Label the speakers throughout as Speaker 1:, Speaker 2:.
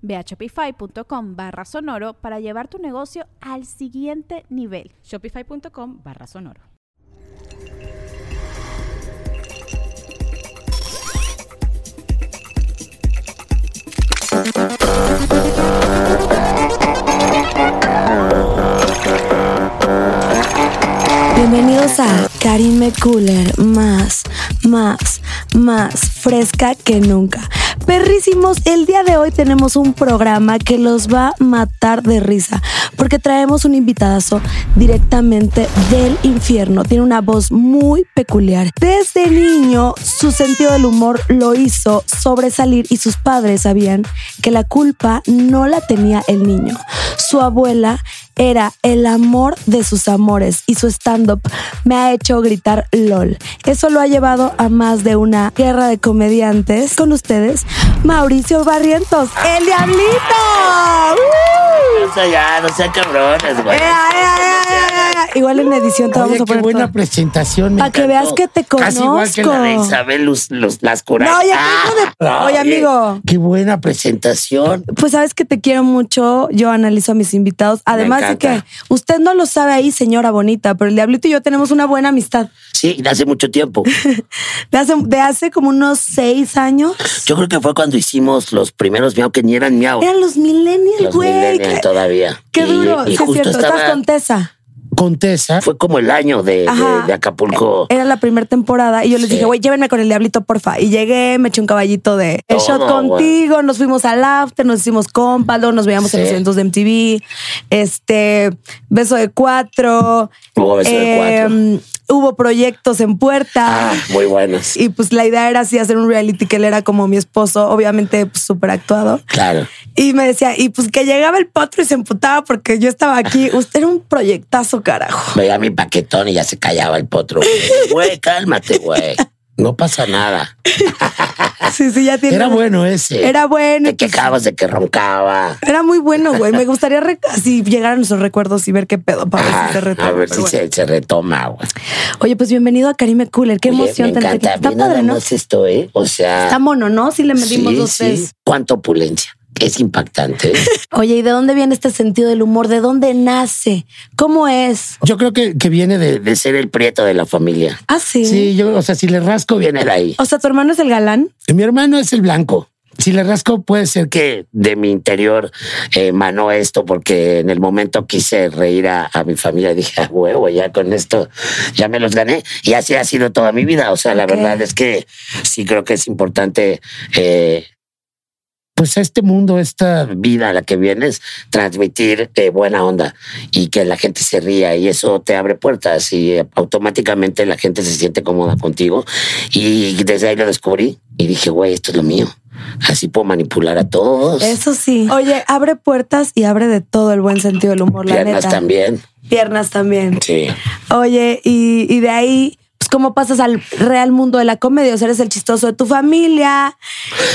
Speaker 1: Ve a shopify.com barra sonoro para llevar tu negocio al siguiente nivel.
Speaker 2: Shopify.com barra sonoro.
Speaker 3: Bienvenidos a Karime Cooler, más, más, más fresca que nunca. Perrísimos, el día de hoy tenemos un programa que los va a matar de risa, porque traemos un invitadazo directamente del infierno. Tiene una voz muy peculiar. Desde niño, su sentido del humor lo hizo sobresalir y sus padres sabían que la culpa no la tenía el niño. Su abuela era el amor de sus amores y su stand-up me ha hecho gritar LOL. Eso lo ha llevado a más de una guerra de comediantes. Con ustedes, Mauricio Barrientos, el Diablito.
Speaker 4: No sé ya, no sean cabrones, güey.
Speaker 3: ¡Ea, ea, ea, ea! Igual en la edición te vamos
Speaker 5: Oye,
Speaker 3: a
Speaker 5: qué
Speaker 3: poner.
Speaker 5: buena
Speaker 3: todo.
Speaker 5: presentación. me
Speaker 3: Pa' que
Speaker 5: encantó.
Speaker 3: veas que te
Speaker 5: Casi igual que la de
Speaker 3: conozco.
Speaker 4: Isabel Luz, Luz- las curas. Ah,
Speaker 3: No, oye, qué hijo de- oye, amigo.
Speaker 5: Qué buena presentación.
Speaker 3: Pues sabes que te quiero mucho, yo analizo a mis invitados. Además de que
Speaker 4: encanta.
Speaker 3: usted no lo sabe ahí, señora bonita, pero el diablito y yo tenemos una buena amistad.
Speaker 4: Sí, de hace mucho tiempo.
Speaker 3: De hace, de hace como unos seis años.
Speaker 4: Yo creo que fue cuando hicimos los primeros miau que ni eran miau.
Speaker 3: Eran los millennials,
Speaker 4: Los
Speaker 3: güey.
Speaker 4: millennials
Speaker 3: Qué,
Speaker 4: todavía.
Speaker 3: qué
Speaker 4: Y-
Speaker 3: duro.
Speaker 4: Y,
Speaker 3: Sí, es
Speaker 4: justo
Speaker 3: cierto. Estás
Speaker 4: estaba.
Speaker 3: con Tessa.
Speaker 5: Contesa.
Speaker 4: Fue como el año de, de-
Speaker 3: Ajá.
Speaker 4: de Acapulco.
Speaker 3: Era la primera temporada y yo les
Speaker 4: Sí.
Speaker 3: dije, güey, llévenme con el diablito, porfa. Y llegué, me eché un caballito de
Speaker 4: Todo,
Speaker 3: shot
Speaker 4: güey.
Speaker 3: contigo, nos fuimos al after, nos hicimos compas, luego nos veíamos en
Speaker 5: Sí.
Speaker 3: los eventos de MTV. Este, beso de cuatro. em,
Speaker 4: Hubo Beso de
Speaker 3: Hubo proyectos en puerta.
Speaker 4: Ah, muy buenas.
Speaker 3: Y pues la idea era así hacer un reality que él era como mi esposo, obviamente pues, súper actuado.
Speaker 4: Claro.
Speaker 3: Y me decía, y pues que llegaba el potro y se emputaba porque yo estaba aquí. Usted era un proyectazo, carajo.
Speaker 4: Veía mi paquetón y ya se callaba el potro. Güey, cálmate, güey. No pasa nada.
Speaker 3: Sí, sí, ya tiene.
Speaker 5: Era bueno ese.
Speaker 3: Era bueno.
Speaker 4: eh. Te quejabas de que roncaba.
Speaker 3: Era muy bueno, güey. Me gustaría re- así llegar a nuestros recuerdos y ver qué pedo para ver
Speaker 4: Ah,
Speaker 3: si se retoma.
Speaker 4: a ver
Speaker 3: pero
Speaker 4: si
Speaker 3: bueno.
Speaker 4: se, se retoma, güey.
Speaker 3: Oye, pues bienvenido a Karime Cooler. Qué
Speaker 4: Oye,
Speaker 3: emoción
Speaker 4: Me
Speaker 3: tenerte aquí.
Speaker 4: encanta.
Speaker 3: Está
Speaker 4: Ve nada
Speaker 3: padre, ¿no?
Speaker 4: más esto, ¿eh? O sea.
Speaker 3: Está mono, ¿no? Sí le medimos
Speaker 4: sí,
Speaker 3: dos
Speaker 4: sí.
Speaker 3: tres.
Speaker 4: Cuánta opulencia. Es impactante.
Speaker 3: Oye, ¿y de dónde viene este sentido del humor? ¿De dónde nace? ¿Cómo es?
Speaker 5: Yo creo que, que viene de, de-
Speaker 4: de ser el prieto de la familia.
Speaker 3: Ah, sí.
Speaker 5: Sí, yo, o sea, si le rasco, viene
Speaker 4: Viene
Speaker 5: de
Speaker 4: de ahí.
Speaker 3: O sea, tu hermano es el galán.
Speaker 5: Mi hermano es el blanco.
Speaker 4: Si le rasco, puede ser que de mi interior eh, emanó esto, porque en el momento quise reír a, a mi familia. Dije, a huevo, ya con esto ya me los gané. Y así ha sido toda mi vida. O sea, la
Speaker 3: Ok.
Speaker 4: verdad es que sí creo que es importante. eh, pues este mundo, esta vida a la que vienes, transmitir eh, buena onda y que la gente se ría y eso te abre puertas y eh, automáticamente la gente se siente cómoda contigo y desde ahí lo descubrí y dije, güey, esto es lo mío. Así puedo manipular a todos.
Speaker 3: Eso sí. Oye, abre puertas y abre de todo el buen sentido del humor, la
Speaker 4: Piernas
Speaker 3: neta.
Speaker 4: también.
Speaker 3: Piernas también.
Speaker 4: Sí.
Speaker 3: Oye, y, y de ahí, pues, ¿cómo pasas al real mundo de la comedia? O sea, eres el chistoso de tu familia.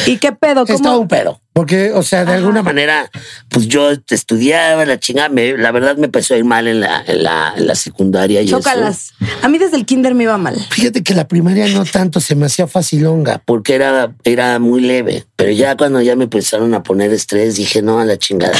Speaker 3: ¿Y qué pedo?
Speaker 5: Es
Speaker 3: ¿Cómo?
Speaker 5: todo un pedo. Porque, o sea, de
Speaker 4: De alguna
Speaker 5: alguna manera.
Speaker 4: manera, pues yo estudiaba la chingada. me- la verdad me empezó a ir mal en la, en la, en la secundaria. Y eso-
Speaker 3: Chócalas. A mí desde el kinder me iba mal.
Speaker 5: Fíjate que la primaria no tanto se me hacía facilonga.
Speaker 4: porque era, era muy leve. Pero ya cuando ya me empezaron a poner estrés, dije, no, a la chingada.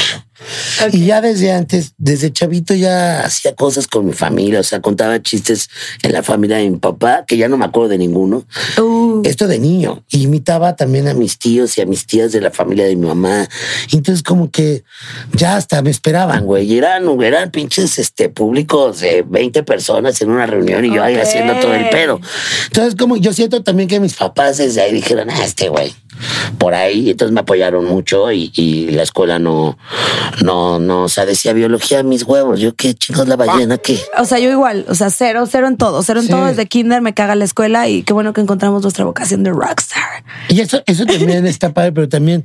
Speaker 5: Y ya desde antes,
Speaker 4: Desde chavito ya hacía cosas con mi familia, o sea, contaba chistes en la familia de mi papá, que ya no me acuerdo de ninguno.
Speaker 3: Uh,
Speaker 5: esto de niño,
Speaker 4: Imitaba también a mis tíos y a mis tías de la familia familia de mi mamá. Entonces, como que ya hasta me esperaban, güey. Y eran, eran pinches este, públicos de 20 personas en una reunión y yo ahí
Speaker 1: Ok.
Speaker 4: haciendo todo el pedo. Entonces, como yo siento también que mis papás desde ahí dijeron, ah, este güey. Por ahí, entonces me apoyaron mucho y, y la escuela no, no, no, o sea, decía biología mis huevos. Yo qué chicos la ballena, qué.
Speaker 3: O sea, yo igual, o sea, cero, cero en todo, cero en
Speaker 5: Sí.
Speaker 3: todo. Desde kinder me caga la escuela y qué bueno que encontramos nuestra vocación de rockstar.
Speaker 5: Y eso, eso también está padre, pero también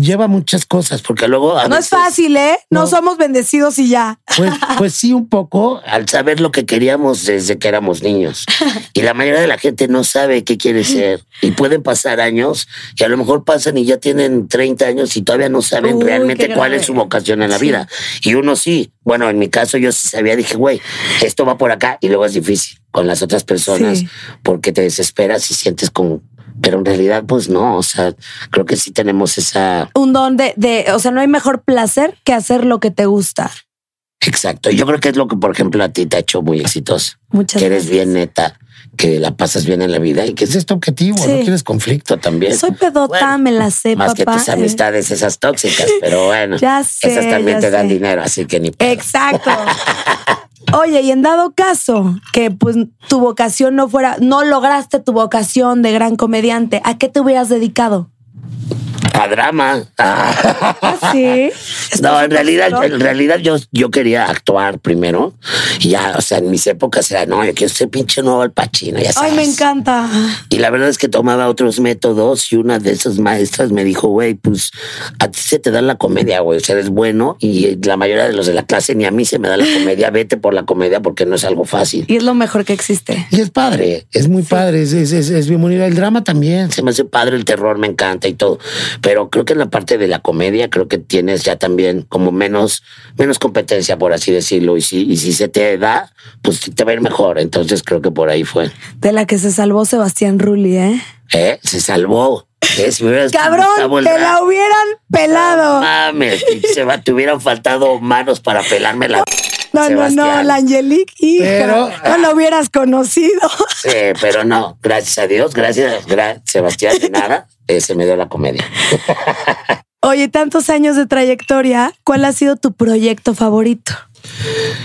Speaker 5: lleva muchas cosas.
Speaker 4: Porque luego. a
Speaker 3: No es
Speaker 4: veces-
Speaker 3: fácil, ¿eh? No,
Speaker 5: no.
Speaker 3: somos bendecidos y ya.
Speaker 5: Pues, pues sí, un poco.
Speaker 4: al saber lo que queríamos desde que éramos niños. Y la mayoría de la gente no sabe qué quiere ser. Y pueden pasar años que a lo mejor pasan y ya tienen 30 años y todavía no saben
Speaker 3: Uy,
Speaker 4: realmente
Speaker 3: qué
Speaker 4: cuál
Speaker 3: grave.
Speaker 4: es su vocación en la
Speaker 3: Sí.
Speaker 4: vida. Y uno sí. Bueno, en mi caso yo sí sabía, dije, güey, esto va por acá y luego es difícil con las otras personas
Speaker 3: Sí.
Speaker 4: porque te desesperas y sientes con... Pero en realidad, pues no, o sea, creo que sí tenemos esa...
Speaker 3: Un don de, de, o sea, no hay mejor placer que hacer lo que te gusta.
Speaker 4: Exacto. Yo creo que es lo que, por ejemplo, a ti te ha hecho muy exitoso.
Speaker 3: Muchas
Speaker 4: que eres
Speaker 3: gracias.
Speaker 4: bien neta, que la pasas bien en la vida y que
Speaker 5: Ese
Speaker 4: es
Speaker 5: es tu objetivo,
Speaker 3: Sí.
Speaker 5: no quieres conflicto.
Speaker 4: esto también.
Speaker 3: Soy pedota,
Speaker 4: Bueno,
Speaker 3: me la sé,
Speaker 4: Más que
Speaker 3: papá. Eh,
Speaker 4: tus amistades, esas tóxicas, pero bueno,
Speaker 3: Ya sé.
Speaker 4: esas también
Speaker 3: ya
Speaker 4: te dan
Speaker 3: sé. Eh,
Speaker 4: dinero, así que ni pedo.
Speaker 3: Exacto. Oye, y en dado caso que pues tu vocación no fuera, no lograste tu vocación de gran comediante, ¿a qué te hubieras dedicado?
Speaker 4: a drama. Ah.
Speaker 3: sí.
Speaker 4: No, en realidad, en realidad yo, yo quería actuar primero. Y ya, o sea, en mis épocas era, no, yo quiero ser pinche nuevo al Pacino, ya sabes.
Speaker 3: Ay, me encanta.
Speaker 4: Y la verdad es que tomaba otros métodos y una de esas maestras me dijo, güey, pues a ti se te da la comedia, güey, o sea, eres bueno y eh, la mayoría de los de la clase ni a mí se me da la comedia, vete por la comedia porque no es algo fácil.
Speaker 3: Y es lo mejor que existe.
Speaker 5: Y es padre, es muy padre, es, es, es, es bien bonito. El drama también.
Speaker 4: Se me hace padre el terror, me encanta y todo, pero creo que en la parte de la comedia creo que tienes ya también como menos, menos competencia, por así decirlo, y si, y si se te da, pues te va a ir mejor, entonces creo que por ahí fue.
Speaker 3: De la que se salvó Sebastián Rulli, ¿eh?
Speaker 4: ¿Eh? Se salvó. ¿Eh? Si hubieras- Gustavo
Speaker 3: Cabrón,
Speaker 4: el
Speaker 3: te
Speaker 4: Ra-
Speaker 3: la hubieran pelado.
Speaker 4: Mames, se va, te hubieran faltado manos para pelarme la.
Speaker 3: No, no, no,
Speaker 4: Sebastián. ah.
Speaker 3: la Angelique, hija,
Speaker 5: Pero-
Speaker 3: no la hubieras conocido.
Speaker 4: Sí, pero no, gracias a Dios, gracias, gra- Sebastián, de nada, eh, se me dio la comedia.
Speaker 3: Oye, tantos años de trayectoria, ¿cuál ha sido tu proyecto favorito?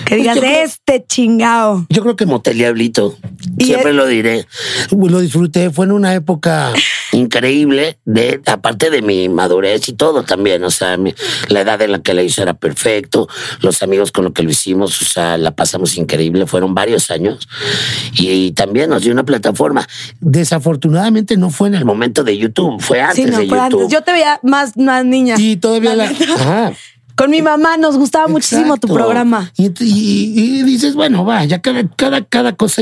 Speaker 3: Que digas,
Speaker 4: yo creo-
Speaker 3: este chingao.
Speaker 4: Yo creo que Motel Diablito,
Speaker 3: Y
Speaker 4: siempre
Speaker 3: es-
Speaker 4: lo diré,
Speaker 5: Lo disfruté, fue en una época
Speaker 4: increíble, de, aparte de mi madurez y todo también, o sea, mi- la edad en la que la hizo era perfecto, los amigos con los que lo hicimos, o sea, la pasamos increíble, fueron varios años y, también nos dio una plataforma.
Speaker 5: desafortunadamente no fue en el
Speaker 4: El
Speaker 5: momento.
Speaker 4: momento de YouTube fue antes
Speaker 3: Sí, no,
Speaker 4: de
Speaker 3: fue
Speaker 4: YouTube.
Speaker 3: antes. Yo te veía más, más niña.
Speaker 5: Y todavía la. Ajá.
Speaker 3: Con mi mamá nos gustaba muchísimo tu
Speaker 5: Exacto.
Speaker 3: programa.
Speaker 5: Y, ent- y- y dices, bueno, va, ya cada, cada, cada cosa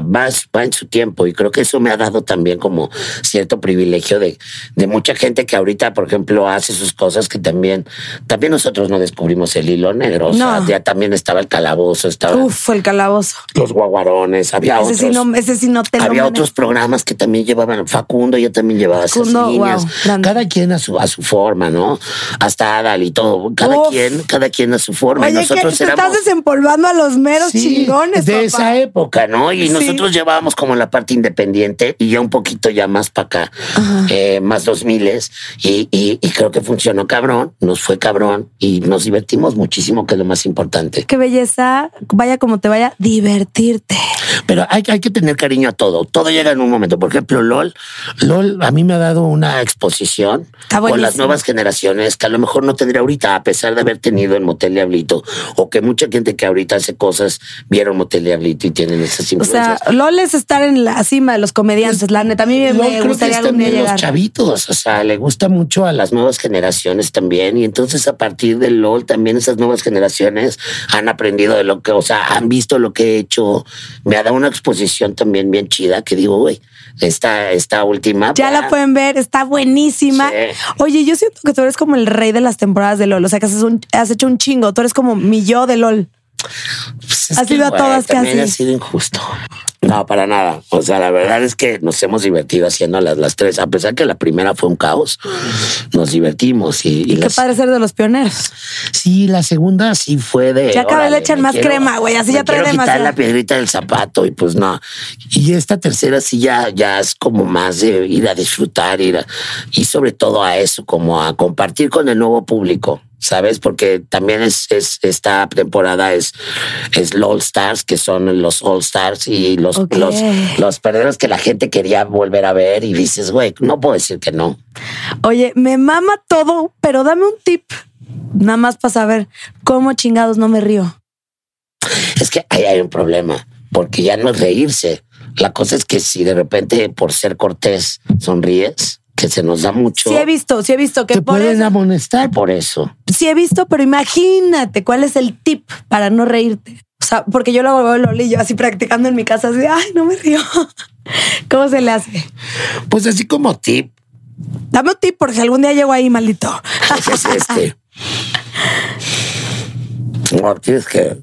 Speaker 4: va, va- va en su tiempo y creo que eso me ha dado también como cierto privilegio de, de mucha gente que ahorita, por ejemplo, hace sus cosas que también, también nosotros no descubrimos el hilo negro, o sea,
Speaker 3: No.
Speaker 4: ya también estaba el calabozo, estaban
Speaker 3: Uf, fue el calabozo.
Speaker 4: los guaguarones, había
Speaker 3: Ese
Speaker 4: otros.
Speaker 3: sí, no, ese sí no te lo
Speaker 4: Había
Speaker 3: manejo.
Speaker 4: otros programas que también llevaban Facundo, yo también llevaba esas
Speaker 3: Facundo,
Speaker 4: líneas.
Speaker 3: wow, grande.
Speaker 4: Cada quien a su a su forma, ¿no? Hasta Adal y todo. Cada
Speaker 3: Uf.
Speaker 4: quien, cada quien a su forma.
Speaker 3: Oye,
Speaker 4: y nosotros
Speaker 3: que te
Speaker 4: éramos
Speaker 3: estás desempolvando a los meros
Speaker 5: Sí,
Speaker 3: chingones,
Speaker 5: de
Speaker 3: papá.
Speaker 4: e-
Speaker 5: esa época.
Speaker 4: época, ¿no? Y
Speaker 3: Sí.
Speaker 4: nosotros llevábamos como la parte independiente y ya un poquito ya más para acá, eh, más dos miles. Y, y, y creo que funcionó cabrón, nos fue cabrón y nos divertimos muchísimo, que es lo más importante.
Speaker 3: Qué belleza, vaya como te vaya, divertirte.
Speaker 4: Pero hay, hay que tener cariño a todo. Todo llega en un momento. Por ejemplo, LOL,
Speaker 5: LOL a mí me ha dado una.
Speaker 4: una exposición
Speaker 3: Está
Speaker 4: con las
Speaker 3: buenísimo.
Speaker 4: nuevas generaciones que a lo mejor no tendría ahorita, a pesar de haber tenido el Motel Diablito, o que mucha gente que ahorita hace cosas vieron Motel Diablito y tienen esas
Speaker 3: O
Speaker 4: influencias.
Speaker 3: sea, LOL es estar en la cima de los comediantes,
Speaker 4: Pues,
Speaker 3: la neta. A mí me,
Speaker 5: Yo
Speaker 3: me
Speaker 5: creo que
Speaker 3: gustaría
Speaker 5: es
Speaker 4: este
Speaker 3: algún día
Speaker 5: también
Speaker 3: llegar.
Speaker 4: los chavitos, o sea, le gusta mucho a las nuevas generaciones también y entonces a partir del LOL también esas nuevas generaciones han aprendido de lo que, o sea, han visto lo que he hecho, me ha dado una exposición también bien chida que digo, güey, esta, esta última. pues,
Speaker 3: Ya la pueden ver, está buenísima.
Speaker 4: Sí.
Speaker 3: Oye, yo siento que tú eres como el rey de las temporadas de LOL. O sea, que haces un- has hecho un chingo. Tú eres como mi yo de LOL.
Speaker 4: pues, es
Speaker 3: has
Speaker 4: que,
Speaker 3: ido a
Speaker 4: güey,
Speaker 3: todas
Speaker 4: también
Speaker 3: casi.
Speaker 4: ha sido injusto.
Speaker 3: No,
Speaker 4: No, para nada. O sea, la verdad es que nos hemos divertido haciendo las, las tres. A pesar que la primera fue un caos, nos divertimos. Y, y
Speaker 3: Y qué
Speaker 4: las-
Speaker 3: padre ser de los pioneros.
Speaker 4: Sí, la segunda sí fue de.
Speaker 3: Ya cada vez le
Speaker 4: órale,
Speaker 3: echan
Speaker 4: me
Speaker 3: más
Speaker 4: quiero-
Speaker 3: crema, güey, así
Speaker 4: me
Speaker 3: ya trae
Speaker 4: quiero quitar
Speaker 3: demasiado.
Speaker 4: la piedrita del zapato y pues no. Y esta tercera sí ya, ya es como más de ir a disfrutar, ir a- y sobre todo a eso, como a compartir con el nuevo público. ¿Sabes? Porque también es, es- esta temporada es, es los All Stars, que son los All Stars y los,
Speaker 3: Ok.
Speaker 4: los, los perderos que la gente quería volver a ver y dices, güey, no puedo decir que no.
Speaker 3: Oye, me mama todo, pero dame un tip. Nada más para saber cómo chingados no me río.
Speaker 4: Es que ahí hay un problema, porque ya no es reírse. La cosa es que si de repente por ser cortés sonríes, que se nos da mucho
Speaker 3: Sí he visto, sí he visto que
Speaker 5: Te
Speaker 3: por
Speaker 5: pueden
Speaker 3: eso,
Speaker 5: amonestar.
Speaker 4: por eso.
Speaker 3: sí he visto, pero imagínate cuál es el tip para no reírte. O sea, porque yo lo hago Loli, yo así practicando en mi casa, así, ay, no me río. ¿Cómo se le hace?
Speaker 4: Pues así como tip,
Speaker 3: Dame un tip por si algún día llego ahí, maldito.
Speaker 4: pues es este. No, tienes que.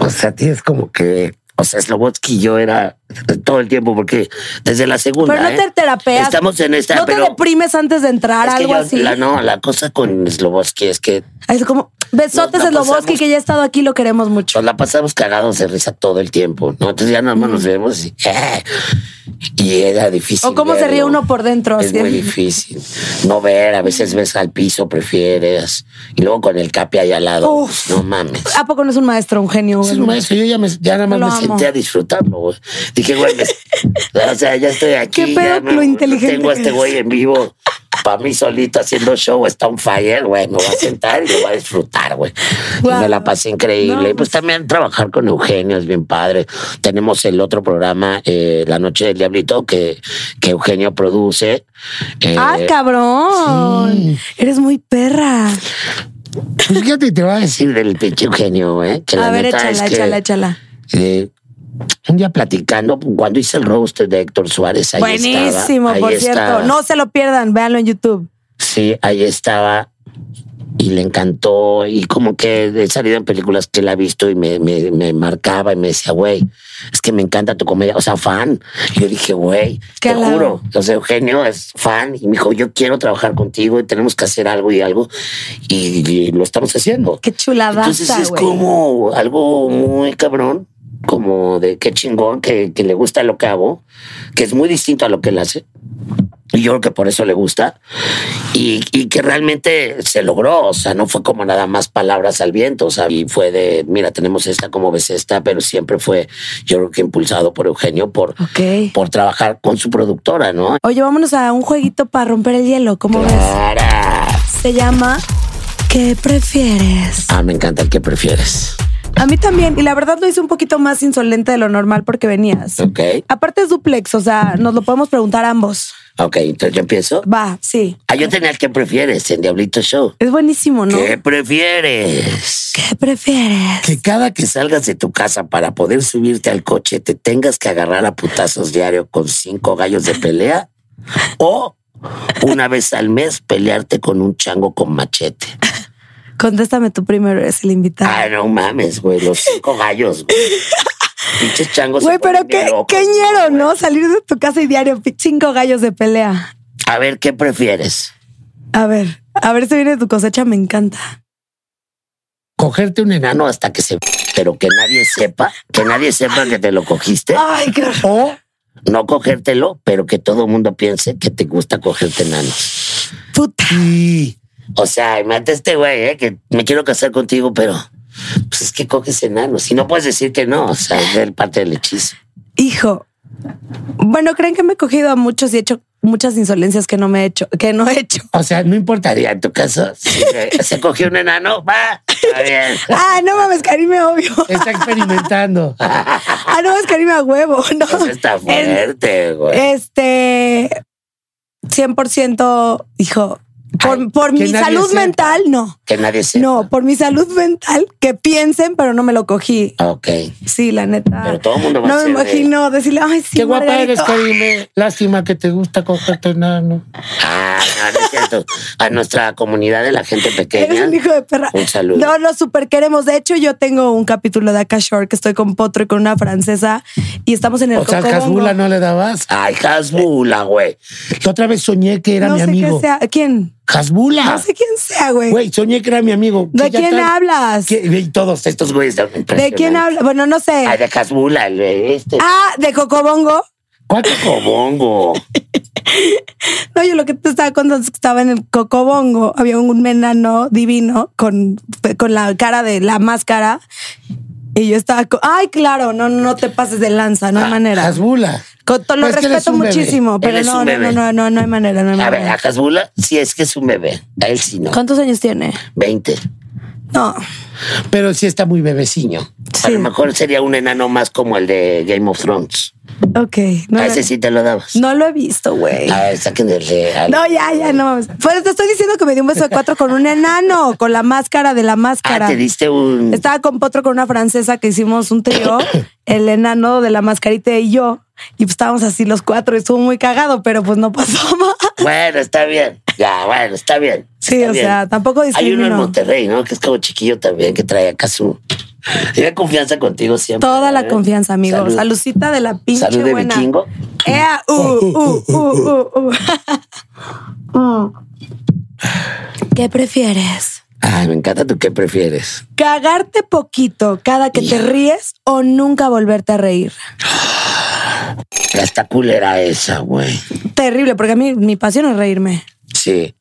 Speaker 4: O sea, tienes como que. O sea, Slobotsky y yo era todo el tiempo, porque desde la segunda.
Speaker 3: Pero no
Speaker 4: ¿eh?
Speaker 3: te terapeas.
Speaker 4: Estamos en esta.
Speaker 3: no te
Speaker 4: pero
Speaker 3: deprimes antes de entrar,
Speaker 4: es que
Speaker 3: algo
Speaker 4: yo-
Speaker 3: así.
Speaker 4: la- no, la cosa con Slobotsky es que
Speaker 3: Es como besotes
Speaker 4: Nos la
Speaker 3: en Loboski,
Speaker 4: pasamos-
Speaker 3: que ya ha estado aquí, lo queremos mucho.
Speaker 4: Nos la pasamos cagados de risa todo el tiempo, ¿no? Entonces ya nada más nos vemos y, ¡eh! y era difícil.
Speaker 3: Mm. O cómo se
Speaker 4: verlo.
Speaker 3: ríe uno por dentro,
Speaker 4: Es
Speaker 3: así.
Speaker 4: muy difícil. No ver, a veces ves al piso, prefieres. Y luego con el capi ahí al lado.
Speaker 3: Uf.
Speaker 4: No mames.
Speaker 3: ¿A poco no es un maestro, un genio?
Speaker 4: Es
Speaker 3: güey?
Speaker 4: un maestro, yo ya, me, ya nada más
Speaker 3: Lo
Speaker 4: me
Speaker 3: amo.
Speaker 4: senté a disfrutarlo, güey. Dije, güey, me- o sea, ya estoy aquí.
Speaker 3: Qué pedo
Speaker 4: ya
Speaker 3: con lo inteligente
Speaker 4: Tengo a
Speaker 3: que
Speaker 4: este
Speaker 3: eres.
Speaker 4: güey en vivo. Para mí solito haciendo show, está un fire, güey. Me voy a sentar y lo voy a disfrutar, güey. Y
Speaker 3: Guau.
Speaker 4: Me la pasé increíble.
Speaker 3: No,
Speaker 4: y pues también trabajar con Eugenio es bien padre. Tenemos el otro programa, eh, La Noche del Diablito, que, que Eugenio produce. Eh,
Speaker 3: Ah, cabrón. Eres muy perra.
Speaker 4: pues fíjate, te voy a decir del pinche Eugenio, güey. que
Speaker 3: A
Speaker 4: la
Speaker 3: ver,
Speaker 4: neta es
Speaker 3: échala,
Speaker 4: que-
Speaker 3: échala, échala.
Speaker 4: Eh, un día platicando, cuando hice el roster de Héctor Suárez, ahí
Speaker 3: Buenísimo,
Speaker 4: estaba, ahí
Speaker 3: por cierto.
Speaker 4: estaba.
Speaker 3: No se lo pierdan, véanlo en YouTube.
Speaker 4: Sí, ahí estaba. Y le encantó. Y como que he salido en películas que él ha visto y me, me, me marcaba y me decía, güey, es que me encanta tu comedia. O sea, fan. Y yo dije, güey,
Speaker 3: Qué
Speaker 4: te
Speaker 3: halago.
Speaker 4: juro. O sea, Eugenio es fan. Y me dijo, yo quiero trabajar contigo y tenemos que hacer algo y algo. Y, y lo estamos haciendo.
Speaker 3: Qué
Speaker 4: Entonces
Speaker 3: chuladaza,
Speaker 4: es
Speaker 3: güey.
Speaker 4: como algo muy cabrón, como de qué chingón que, que le gusta lo que hago, que es muy distinto a lo que él hace. Y yo creo que por eso le gusta y, y que realmente se logró. O sea, no fue como nada más palabras al viento. O sea, y fue de mira, tenemos esta, como ves esta, pero siempre fue yo creo que impulsado por Eugenio por,
Speaker 3: Ok.
Speaker 4: por trabajar con su productora, ¿no?
Speaker 3: Oye, vámonos a un jueguito para romper el hielo. ¿Cómo ves?
Speaker 4: Clara.
Speaker 3: Se llama ¿Qué prefieres?
Speaker 4: Ah, me encanta el que prefieres.
Speaker 3: A mí también. Y la verdad lo hice un poquito más insolente de lo normal porque venías.
Speaker 4: Ok,
Speaker 3: Aparte es duplex, o sea, nos lo podemos preguntar ambos.
Speaker 4: ok, entonces yo empiezo.
Speaker 3: Va, sí.
Speaker 4: Ah, yo tenía el que prefieres en Diablito Show.
Speaker 3: Es buenísimo, ¿no?
Speaker 4: ¿Qué prefieres?
Speaker 3: ¿Qué prefieres?
Speaker 4: Que cada que salgas de tu casa para poder subirte al coche te tengas que agarrar a putazos diario con cinco gallos de pelea o una vez al mes pelearte con un chango con machete.
Speaker 3: Contéstame tú primero, eres el invitado.
Speaker 4: Ah, no mames, güey, los cinco gallos, güey. Pinches changos. se
Speaker 3: Güey, pero
Speaker 4: ponen bien
Speaker 3: qué,
Speaker 4: locos,
Speaker 3: qué ñero,
Speaker 4: güey.
Speaker 3: ¿no? Salir de tu casa y diario pi- cinco gallos de pelea.
Speaker 4: A ver, ¿qué prefieres?
Speaker 3: A ver, a ver si viene tu cosecha, me encanta.
Speaker 4: Cogerte un enano hasta que se... Pero que nadie sepa, que nadie sepa que te lo cogiste.
Speaker 3: Ay, qué horror.
Speaker 4: O no cogértelo, pero que todo el mundo piense que te gusta cogerte enanos.
Speaker 3: puta.
Speaker 4: O sea, y mate este güey, ¿eh? que me quiero casar contigo, pero pues es que coges enanos. Y no puedes decir que no, o sea, es del parte del hechizo.
Speaker 3: Hijo. Bueno, creen que me he cogido a muchos y he hecho muchas insolencias que no me he hecho, que no he hecho.
Speaker 4: O sea, no importaría en tu caso. Si se- se cogió un enano, va, está bien.
Speaker 3: Ah, no mames, Karime, obvio.
Speaker 5: Está experimentando.
Speaker 3: Ah, no mames, Karime, a huevo. No.
Speaker 4: Eso
Speaker 5: Pues
Speaker 4: está
Speaker 3: En-
Speaker 4: fuerte,
Speaker 3: eh,
Speaker 4: güey.
Speaker 3: Este 100%, hijo, por,
Speaker 4: Ay,
Speaker 3: por
Speaker 5: que
Speaker 3: mi
Speaker 5: nadie
Speaker 3: salud
Speaker 5: sepa.
Speaker 3: mental, no.
Speaker 4: Que nadie se.
Speaker 3: No, por mi salud mental, que piensen, pero no me lo cogí.
Speaker 5: Ah.
Speaker 4: Ok.
Speaker 3: Sí, la neta.
Speaker 4: Pero todo el mundo va
Speaker 3: no
Speaker 4: a
Speaker 3: me
Speaker 4: ser de-
Speaker 3: imagino decirle, ay, sí,
Speaker 5: Qué guapa
Speaker 3: Margarito".
Speaker 5: eres, Karime. Lástima que te gusta cogerte enano.
Speaker 4: Ah, no, no es cierto. nuestro- a nuestra comunidad de la gente
Speaker 3: Eres
Speaker 4: pequeña.
Speaker 3: un hijo de perra.
Speaker 4: Un saludo.
Speaker 3: No, lo super queremos. De hecho, yo tengo un capítulo de Akashore que estoy con Potro y con una francesa y estamos en el
Speaker 5: O sea,
Speaker 3: Cocobongo.
Speaker 5: Casbula no le dabas.
Speaker 4: Ay, Hasbula, güey.
Speaker 5: La otra vez soñé que era
Speaker 3: No
Speaker 5: mi
Speaker 3: sé
Speaker 5: amigo.
Speaker 3: quién sea. ¿Quién?
Speaker 5: Hasbula.
Speaker 3: No sé quién sea, güey.
Speaker 5: Güey, soñé que era mi amigo.
Speaker 3: ¿De
Speaker 5: Que ya
Speaker 3: quién
Speaker 5: está-
Speaker 3: hablas?
Speaker 5: que- Y todos estos.
Speaker 4: Estos güeyes son
Speaker 3: ¿De quién hablas? Bueno, no sé.
Speaker 4: Ay, de Hasbula, el de este.
Speaker 3: Ah, de Cocobongo.
Speaker 4: ¿Cuál cobongo?
Speaker 3: No, yo lo que te estaba contando es que estaba en el Cocobongo. Había un enano divino con, con la cara de la máscara. Y yo estaba. co- Ay, claro, no, no te pases de lanza,
Speaker 4: Ah,
Speaker 3: no hay manera.
Speaker 5: Hasbula.
Speaker 3: Con- Lo
Speaker 5: Es que él es
Speaker 3: respeto
Speaker 5: un bebé.
Speaker 3: muchísimo, pero
Speaker 4: es
Speaker 3: no,
Speaker 4: un
Speaker 3: no, no,
Speaker 4: bebé.
Speaker 3: no, no, no hay manera, no hay
Speaker 4: A ver, a
Speaker 3: manera.
Speaker 4: Hasbula, sí es que es un bebé. A él sí no.
Speaker 3: ¿Cuántos años tiene?
Speaker 4: 20.
Speaker 3: No.
Speaker 5: Pero sí está muy bebeciño.
Speaker 3: Sí.
Speaker 4: A lo mejor sería un enano más como el de Game of Thrones.
Speaker 3: Ok. No,
Speaker 4: a
Speaker 3: lo-
Speaker 4: ese sí te lo dabas.
Speaker 3: no lo he visto, güey.
Speaker 4: A ver, saquen el de. al-
Speaker 3: No, ya, ya, no mames. Pues te estoy diciendo que me di un beso de cuatro con un enano, con la máscara de la máscara.
Speaker 4: Ah, te diste un.
Speaker 3: Estaba con Potro con una francesa que hicimos un trío, el enano de la mascarita y yo. Y pues estábamos así los cuatro y estuvo muy cagado, pero pues no pasó más.
Speaker 4: Bueno, está bien. Ya, bueno, está bien.
Speaker 3: Sí,
Speaker 4: Está
Speaker 3: o
Speaker 4: bien.
Speaker 3: sea, tampoco
Speaker 4: Hay uno en
Speaker 3: discrimino.
Speaker 4: Monterrey, ¿no? Que es como chiquillo también, que trae acá su. Tiene confianza contigo siempre.
Speaker 3: Toda la
Speaker 4: ¿eh?
Speaker 3: confianza, amigo.
Speaker 4: Salud.
Speaker 3: Salucita de la pinche
Speaker 4: Salud de
Speaker 3: buena.
Speaker 4: vikingo.
Speaker 3: Ea, uh, uh, uh, uh, uh. ¿Qué prefieres?
Speaker 4: Ay, Ah, me encanta tu qué prefieres.
Speaker 3: ¿Cagarte poquito cada que te ríes o nunca volverte a reír?
Speaker 4: Esta culera esa, güey.
Speaker 3: Terrible, porque a mí mi pasión es reírme.
Speaker 4: Sí.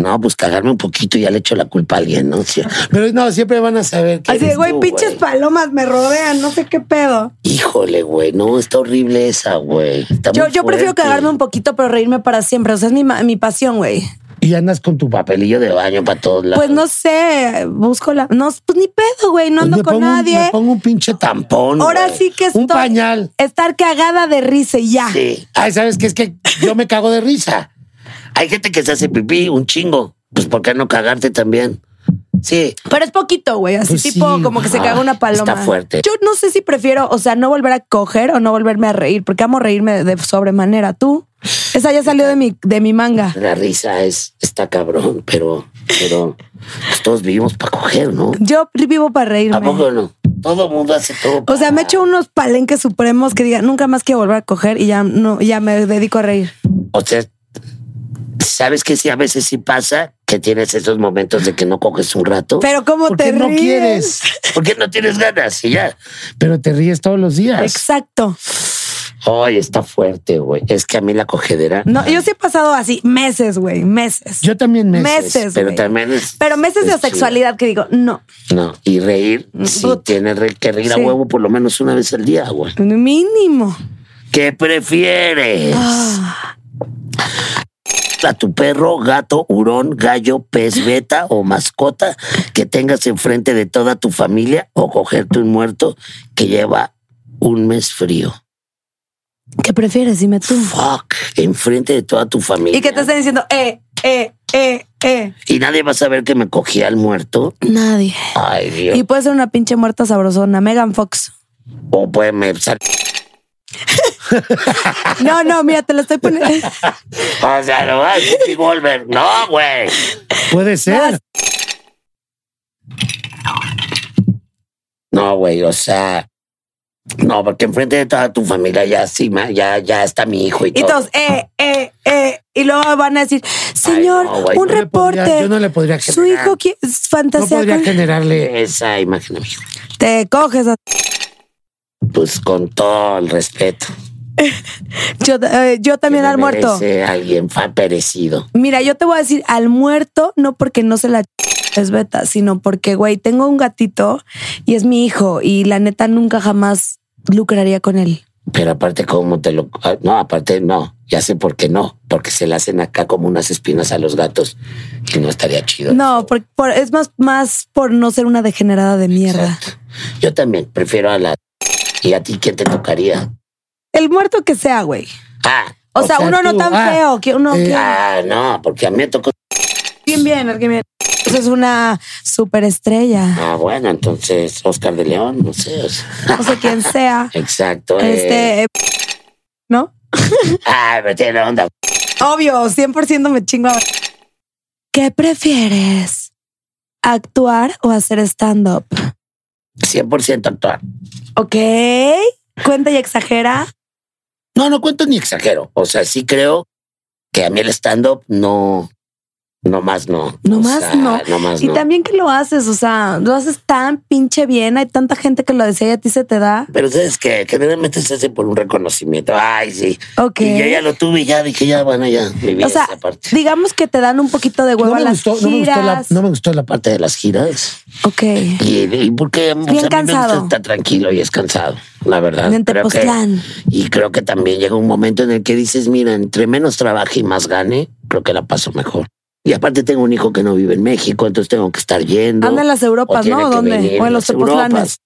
Speaker 4: No, pues cagarme un poquito y ya le echo la culpa a alguien, ¿no? Sí.
Speaker 5: Pero no, siempre van a saber que.
Speaker 3: Así de,
Speaker 4: eres
Speaker 3: güey,
Speaker 4: tú,
Speaker 3: pinches
Speaker 4: güey?
Speaker 3: palomas me rodean, no sé qué pedo.
Speaker 4: Híjole, güey. No, está horrible esa, güey. Está
Speaker 3: Yo,
Speaker 4: muy
Speaker 3: yo prefiero
Speaker 4: fuerte.
Speaker 3: cagarme un poquito, pero reírme para siempre. O sea, es mi, ma- mi pasión, güey.
Speaker 5: Y andas con tu papel.
Speaker 4: Papelillo de baño para todos lados.
Speaker 3: Pues no sé, busco la. No, pues ni pedo, güey, no
Speaker 5: Pues
Speaker 3: ando
Speaker 5: me
Speaker 3: con
Speaker 5: pongo un-
Speaker 3: nadie.
Speaker 5: me pongo un pinche tampón.
Speaker 4: Tampón,
Speaker 3: Ahora
Speaker 4: güey.
Speaker 3: sí que estoy.
Speaker 5: Un pañal.
Speaker 3: Estar cagada de risa y ya.
Speaker 4: Sí.
Speaker 5: Ay, ¿sabes qué? Es que yo me cago de risa.
Speaker 4: Hay gente que se hace pipí un chingo. Pues ¿por qué no cagarte también? Sí.
Speaker 3: Pero es poquito, güey. Así
Speaker 5: Pues sí.
Speaker 3: tipo como que se
Speaker 4: Ah,
Speaker 3: caga una paloma.
Speaker 4: está fuerte.
Speaker 3: Yo no sé si prefiero, o sea, no volver a coger o no volverme a reír, porque amo reírme de, de sobremanera. Tú, esa ya salió de mi, de mi manga.
Speaker 4: La risa es, está cabrón, pero, pero pues, todos vivimos para coger, ¿no?
Speaker 3: Yo vivo para reírme.
Speaker 4: ¿A poco no? Todo mundo hace todo.
Speaker 3: O sea, me
Speaker 4: para-
Speaker 3: echo unos palenques supremos que diga, nunca más quiero volver a coger y ya no, ya me dedico a reír.
Speaker 4: O sea, sabes que sí, a veces sí pasa que tienes esos momentos de que no coges un rato.
Speaker 3: Pero cómo
Speaker 5: Porque
Speaker 3: te
Speaker 5: no
Speaker 3: ríes?
Speaker 5: quieres.
Speaker 4: Porque no tienes ganas y ya.
Speaker 5: Pero te ríes todos los días.
Speaker 3: Exacto.
Speaker 4: Ay, está fuerte, güey. Es que a mí la cogedera.
Speaker 3: No, yo sí he pasado así meses, güey, meses.
Speaker 5: Yo también me.
Speaker 3: Meses,
Speaker 4: pero
Speaker 3: güey.
Speaker 4: también es.
Speaker 3: Pero meses de
Speaker 4: es chido.
Speaker 3: sexualidad que digo, no,
Speaker 4: No, y reír, sí,
Speaker 3: Put-
Speaker 4: tienes re- que reír a
Speaker 3: Sí.
Speaker 4: huevo por lo menos una vez al día, güey.
Speaker 3: mínimo. Ah,
Speaker 4: ¿Qué prefieres? A tu perro, gato, hurón, gallo, pez, beta o mascota que tengas enfrente de toda tu familia o cogerte un muerto que lleva un mes frío.
Speaker 3: ¿Qué prefieres? Dime tú.
Speaker 4: Fuck, enfrente de toda tu familia.
Speaker 3: Y que te estén diciendo, eh, eh, eh, eh.
Speaker 4: Y nadie va a saber que me cogí al muerto.
Speaker 3: Nadie.
Speaker 4: Ay, Dios.
Speaker 3: Y puede ser una pinche muerta sabrosona, Megan Fox.
Speaker 4: O puede me sal-
Speaker 3: No, no, mira, te lo estoy poniendo.
Speaker 4: O sea, no, ay, Whoopi Goldberg. No, güey.
Speaker 5: Puede ser.
Speaker 4: No, güey, o sea. No, porque enfrente de toda tu familia ya sí, ma- ya, ya está mi hijo y
Speaker 3: Y
Speaker 4: todo.
Speaker 3: todos, eh, eh, eh. Y luego van a decir, señor,
Speaker 4: no, güey,
Speaker 3: un
Speaker 4: no
Speaker 5: Yo no le podría-
Speaker 3: reporte.
Speaker 5: yo no le podría
Speaker 3: Su
Speaker 5: generar.
Speaker 3: hijo qui-
Speaker 5: no
Speaker 3: fantasea
Speaker 5: podría
Speaker 3: con-
Speaker 5: generarle.
Speaker 4: Esa imagen, amigo.
Speaker 3: Te coges a-
Speaker 4: Pues con todo el respeto.
Speaker 3: Yo, eh, yo también
Speaker 4: que me
Speaker 3: al muerto.
Speaker 4: merece alguien fa perecido.
Speaker 3: Mira, yo te voy a decir al muerto, no porque no se la ch- es beta, sino porque, güey, tengo un gatito y es mi hijo y la neta nunca jamás lucraría con él.
Speaker 4: Pero aparte, ¿cómo te lo.? ah, No, aparte, no. Ya sé por qué no. Porque se le hacen acá como unas espinas a los gatos. Y no estaría chido.
Speaker 3: No, por- por- es más, más por no ser una degenerada de mierda.
Speaker 4: Exacto. Yo también prefiero a la. ¿Y a ti quién te tocaría?
Speaker 3: El muerto que sea, güey.
Speaker 4: Ah,
Speaker 3: O,
Speaker 5: O
Speaker 3: sea,
Speaker 5: sea,
Speaker 3: uno no
Speaker 5: tú,
Speaker 3: tan
Speaker 5: ah,
Speaker 3: feo, que uno
Speaker 5: eh,
Speaker 3: que-
Speaker 4: ah, no, porque a mí me tocó.
Speaker 3: Alguien bien, alguien bien. Eso es una superestrella.
Speaker 4: Ah, bueno, entonces Oscar de León, no sé. o sea,
Speaker 3: No sé quién sea.
Speaker 4: exacto. eh.
Speaker 3: Este, eh, ¿no?
Speaker 4: Ah, pero tiene onda.
Speaker 3: Obvio, 100% me chingo. a- ¿Qué prefieres? ¿Actuar o hacer stand-up?
Speaker 4: 100% actuar.
Speaker 3: Ok. Cuenta y exagera.
Speaker 4: No, no cuento ni exagero. O sea, sí creo que a mí el stand-up no. No más no.
Speaker 3: No
Speaker 4: O
Speaker 3: más
Speaker 4: sea,
Speaker 3: no.
Speaker 4: No más
Speaker 3: Y
Speaker 4: Pues no.
Speaker 3: también que lo haces, o sea, lo haces tan pinche bien. Hay tanta gente que lo desea y a ti se te da.
Speaker 4: Pero ustedes que generalmente se hace por un reconocimiento. Ay, sí.
Speaker 3: Ok.
Speaker 4: Y yo ya lo tuve y ya dije, ya, bueno, ya viví
Speaker 3: O sea,
Speaker 4: esa parte.
Speaker 3: digamos que te dan un poquito de huevo
Speaker 5: No
Speaker 3: a
Speaker 5: me,
Speaker 3: las
Speaker 5: gustó, no, me gustó la,
Speaker 3: giras.
Speaker 5: no me gustó la parte.
Speaker 4: Parte de las giras.
Speaker 3: Ok.
Speaker 4: Y, y porque pues,
Speaker 3: Bien
Speaker 4: a mí me
Speaker 3: cansado.
Speaker 4: gusta estar tranquilo y es cansado, la verdad.
Speaker 3: En
Speaker 4: Creo que-
Speaker 3: Tepoztlán.
Speaker 4: y creo que también llega un momento en el que dices, mira, entre menos trabaje y más gane, creo que la paso mejor. Y aparte tengo un hijo que no vive en México, entonces tengo que estar yendo.
Speaker 3: Anda en las
Speaker 4: o
Speaker 3: Europas,
Speaker 4: tiene
Speaker 3: ¿no?
Speaker 4: que
Speaker 3: ¿Dónde?
Speaker 4: venir
Speaker 3: O en los
Speaker 4: las Europas.
Speaker 3: Tepoztlanes.
Speaker 4: Sí,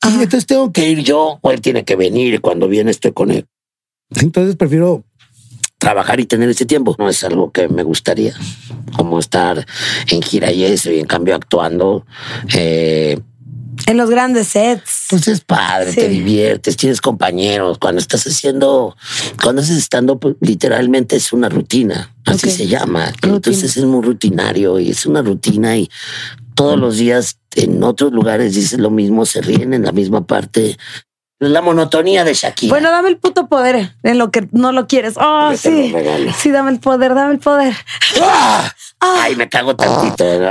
Speaker 3: Ajá.
Speaker 4: entonces tengo que ir yo o él tiene que venir y cuando viene estoy con él.
Speaker 5: Entonces prefiero
Speaker 4: Trabajar y tener ese tiempo no es algo que me gustaría, como estar en gira y eso, y en cambio actuando, eh,
Speaker 3: En los grandes sets.
Speaker 4: pues es padre,
Speaker 3: Sí.
Speaker 4: te diviertes, tienes compañeros. Cuando estás haciendo, cuando haces estando, literalmente es una rutina, así
Speaker 3: Ok.
Speaker 4: se llama.
Speaker 3: Rutina.
Speaker 4: Entonces es muy rutinario y es una rutina y todos los días en otros lugares dices lo mismo, se ríen en la misma parte. La monotonía de Shakira.
Speaker 3: Bueno, dame el puto poder en lo que no lo quieres. Oh,
Speaker 4: Yo te
Speaker 3: sí.
Speaker 4: lo regalo.
Speaker 3: Sí, dame el poder, dame el poder.
Speaker 4: ¡Ah!
Speaker 3: Ah.
Speaker 4: Ay, me cago tantito. ¿no?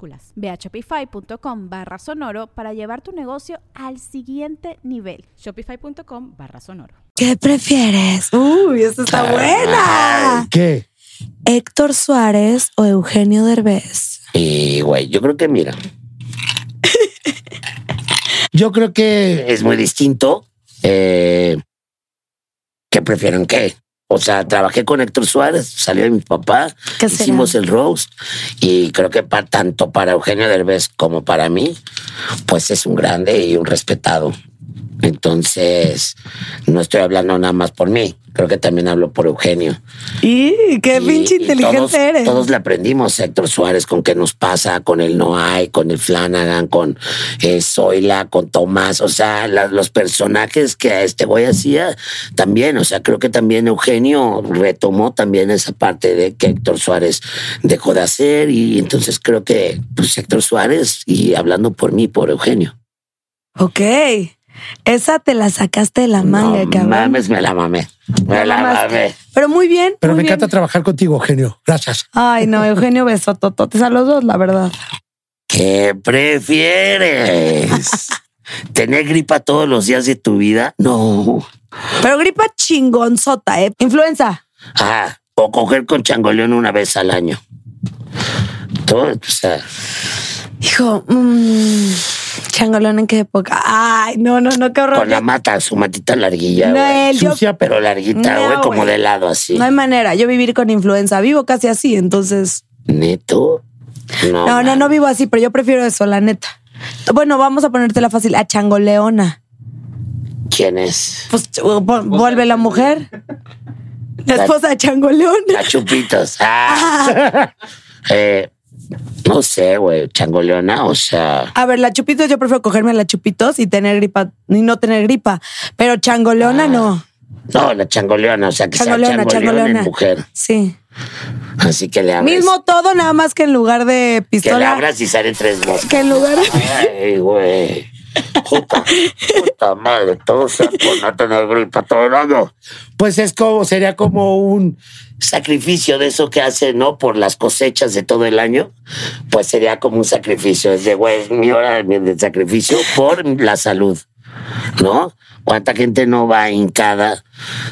Speaker 1: Ve a shopify.com barra sonoro para llevar tu negocio al siguiente nivel.
Speaker 2: Shopify.com barra sonoro.
Speaker 3: ¿Qué prefieres? Uy, esta está buena.
Speaker 5: eh, que
Speaker 3: Héctor Suárez o Eugenio Derbez.
Speaker 4: Y güey, yo creo que mira,
Speaker 5: yo creo que
Speaker 4: es muy distinto. Eh, ¿Qué prefieren qué? O sea, trabajé con Héctor Suárez, salió de mi papá,
Speaker 3: ¿Qué será?
Speaker 4: hicimos el roast y creo que para, tanto para Eugenio Derbez como para mí, pues es un grande y un respetado. Entonces, no estoy hablando nada más por mí, creo que también hablo por Eugenio.
Speaker 3: Y qué
Speaker 4: Y-
Speaker 3: pinche
Speaker 4: y
Speaker 3: inteligente
Speaker 4: todos,
Speaker 3: eres.
Speaker 4: Todos le aprendimos a Héctor Suárez con qué nos pasa, con el No hay, con el Flanagan, con eh, Zoila, con Tomás. O sea, la- los personajes que a este güey hacía también. O sea, creo que también Eugenio retomó también esa parte de que Héctor Suárez dejó de hacer. Y entonces creo que pues, Héctor Suárez, y hablando por mí, por Eugenio.
Speaker 3: Ok. Esa te la sacaste de la manga,
Speaker 4: No
Speaker 3: cabrón.
Speaker 4: mames, me la mamé. Me
Speaker 3: Te
Speaker 4: la
Speaker 3: mamaste.
Speaker 4: mamé.
Speaker 3: Pero muy bien.
Speaker 5: Pero
Speaker 3: muy
Speaker 5: me
Speaker 3: bien.
Speaker 5: encanta trabajar contigo, genio. Gracias.
Speaker 3: Ay, no, Eugenio besó tototes a los dos, la verdad.
Speaker 4: ¿Qué prefieres? ¿Tener gripa todos los días de tu vida? No.
Speaker 3: Pero gripa chingonzota, ¿eh? Influenza.
Speaker 4: Ah, o coger con changoleón una vez al año. Todo, o sea,
Speaker 3: Hijo, mm, changolón en qué época. Ay, no, no, no, qué horror.
Speaker 4: con la mata, su matita larguilla,
Speaker 3: No,
Speaker 4: güey.
Speaker 3: él, yo-
Speaker 4: Sucia, pero larguita,
Speaker 3: No,
Speaker 4: güey, como
Speaker 3: güey.
Speaker 4: de lado así.
Speaker 3: No hay manera. Yo vivir con influenza. Vivo casi así, entonces.
Speaker 4: ¿Neto? No,
Speaker 3: No, no,
Speaker 4: man.
Speaker 3: no vivo así, pero yo prefiero eso, la neta. Bueno, vamos a ponértela fácil. A changoleona.
Speaker 4: ¿Quién es?
Speaker 3: Pues chu- vo- vuelve la mujer. La esposa de changoleón.
Speaker 4: La Chupitos. Ah. Eh, no sé, güey, changoleona, o sea...
Speaker 3: A ver, la chupitos, yo prefiero cogerme a la chupitos y tener gripa, y no tener gripa. Pero changoleona no.
Speaker 4: No, la changoleona, o sea, Ah, que
Speaker 3: Changoleona,
Speaker 4: sea changoleona,
Speaker 3: changoleona.
Speaker 4: en mujer.
Speaker 3: Sí.
Speaker 4: Así que le abres.
Speaker 3: Mismo todo, nada más que en lugar de
Speaker 4: Que le
Speaker 3: pistola.
Speaker 4: abras y salen tres moscas.
Speaker 3: Que en lugar de.
Speaker 4: Ay, güey. Puta, puta madre, todo sea por no tener gripa todo el año.
Speaker 5: Pues es como, sería como un
Speaker 4: Sacrificio de eso que hace, ¿no? Por las cosechas de todo el año, pues sería como un sacrificio. Es de, güey, es mi hora de sacrificio por la salud. ¿no? ¿Cuánta gente no va hincada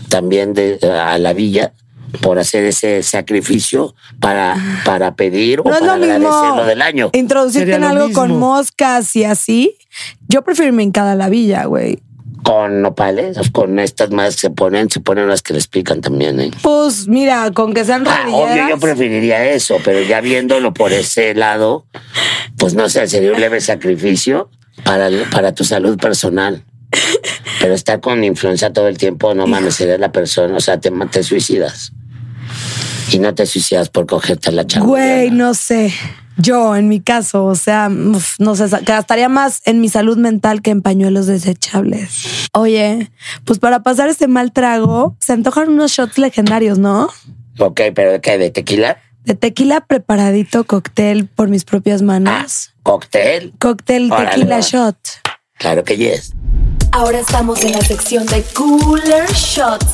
Speaker 4: también de, a la villa por hacer ese sacrificio para, para pedir o
Speaker 3: No es
Speaker 4: para
Speaker 3: lo
Speaker 4: agradecer
Speaker 3: mismo
Speaker 4: lo del año?
Speaker 3: introducirte
Speaker 5: Sería
Speaker 3: en
Speaker 5: lo
Speaker 3: algo con
Speaker 5: mismo.
Speaker 3: moscas y así. Yo prefiero irme en cada la villa, güey.
Speaker 4: Con nopales, con estas más se ponen, se ponen las que les pican también, ¿eh?
Speaker 3: Pues mira, con que sean
Speaker 4: Ah,
Speaker 3: rodilleras.
Speaker 4: obvio, yo preferiría eso, pero ya viéndolo por ese lado, pues no sé, sería un leve sacrificio para, el- para tu salud personal. Pero estar con influenza todo el tiempo, no mames, serías la persona, o sea, te, ma- te suicidas. Y no te suicidas por cogerte la chamba.
Speaker 3: Güey, no sé. Yo, en mi caso, o sea, uf, no sé, gastaría más en mi salud mental que en pañuelos desechables. Oye, pues para pasar este mal trago, se antojan unos shots legendarios, ¿no?
Speaker 4: Ok, pero ¿de ¿qué? ¿De tequila?
Speaker 3: De tequila preparadito, cóctel por mis propias
Speaker 4: Ah,
Speaker 3: manos.
Speaker 4: cóctel.
Speaker 3: Cóctel
Speaker 4: Órale,
Speaker 3: tequila
Speaker 4: va.
Speaker 3: shot.
Speaker 4: Claro que yes.
Speaker 3: Ahora estamos en la sección de Cooler Shots.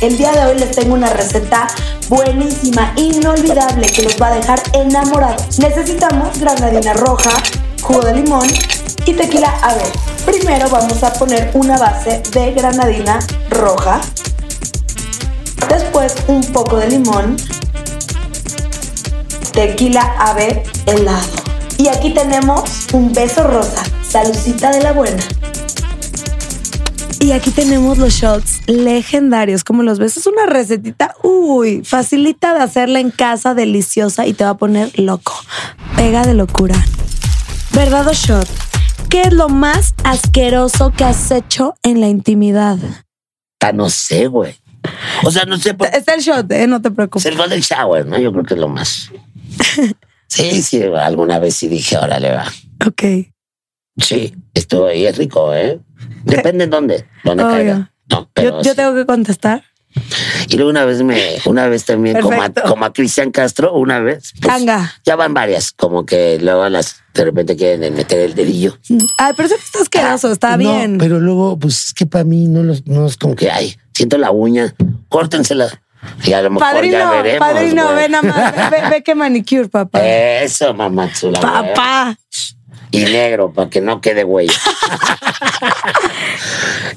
Speaker 3: El día de hoy les tengo una receta buenísima, inolvidable, que los va a dejar enamorados. Necesitamos granadina roja, jugo de limón y tequila. A ver, primero vamos a poner una base de granadina roja. Después un poco de limón, tequila ave helado. Y aquí tenemos un beso rosa, salucita de la buena. Y aquí tenemos los shots legendarios, como los ves, es una recetita, uy, facilita de hacerla en casa, deliciosa y te va a poner loco. Pega de locura. Verdad o shot, ¿qué es lo más asqueroso que has hecho en la intimidad?
Speaker 4: Ta, no sé, güey. O sea, no sé por
Speaker 3: Está el shot, eh, no te preocupes.
Speaker 4: Es Pues el golden shower, ¿no? Yo creo que es lo más. Sí, sí, alguna vez sí dije, órale, va.
Speaker 3: Ok.
Speaker 4: Sí, esto ahí es rico, ¿eh? Depende en dónde, dónde
Speaker 3: Obvio.
Speaker 4: caiga. No, pero
Speaker 3: Yo, yo
Speaker 4: sí.
Speaker 3: tengo que contestar.
Speaker 4: Y luego una vez me, una vez también, como a,
Speaker 3: Perfecto.
Speaker 4: como a Cristian Castro, una vez. pues,
Speaker 3: Tanga.
Speaker 4: Ya van varias, como que luego las de repente quieren meter el dedillo.
Speaker 3: Ay, pero eso está asqueroso, está
Speaker 4: Ah,
Speaker 5: No,
Speaker 3: bien.
Speaker 5: Pero luego, pues es que para mí no, los, no es como
Speaker 4: Como
Speaker 5: que.
Speaker 4: que, ay, siento la uña, córtensela. Y a lo mejor ya
Speaker 3: Padrino,
Speaker 4: veremos.
Speaker 3: padrino,
Speaker 4: güey. Eh,
Speaker 3: ven a más, ve, ve que manicure, papá.
Speaker 4: Eso, mamá chula, güey.
Speaker 3: papá.
Speaker 4: Y negro, para que no quede huella.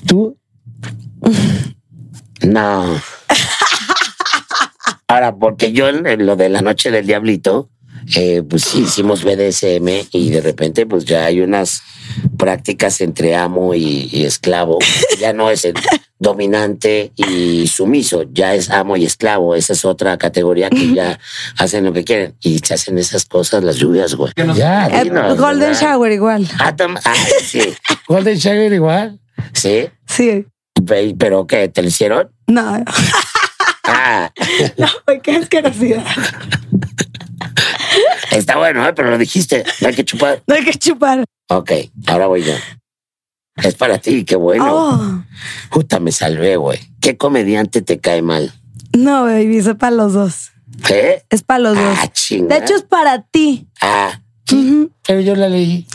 Speaker 5: Tú,
Speaker 4: No. Ahora, porque yo en en lo de la noche del diablito, eh, pues sí, hicimos BDSM y de repente pues ya hay unas prácticas entre amo y, y esclavo. Ya no es el dominante y sumiso, ya es amo y esclavo. Esa es otra categoría que ya hacen lo que quieren. Y se hacen esas cosas las lluvias, güey.
Speaker 5: ya.
Speaker 3: Eh,
Speaker 4: Dinos,
Speaker 3: Golden
Speaker 4: ¿verdad?
Speaker 3: Shower igual.
Speaker 4: Ah, tam- ah, sí,
Speaker 5: Golden Shower igual.
Speaker 4: sí.
Speaker 3: Sí.
Speaker 4: Ve- ¿Pero qué? ¿Te lo hicieron?
Speaker 3: No,
Speaker 4: Ah,
Speaker 3: no, güey, qué asquerosidad.
Speaker 4: está bueno, ¿eh? pero lo dijiste. No hay que chupar.
Speaker 3: No hay que chupar.
Speaker 4: Ok, ahora voy yo. Es para ti, qué bueno.
Speaker 3: Oh,
Speaker 4: Justa, me salvé, güey. ¿Qué comediante te cae mal?
Speaker 3: no, baby, es para los dos.
Speaker 4: ¿Eh?
Speaker 3: Es para los dos.
Speaker 4: Ah, chinga.
Speaker 3: De hecho, es para ti.
Speaker 4: Ah,
Speaker 3: Ujú.
Speaker 5: Pero yo la leí.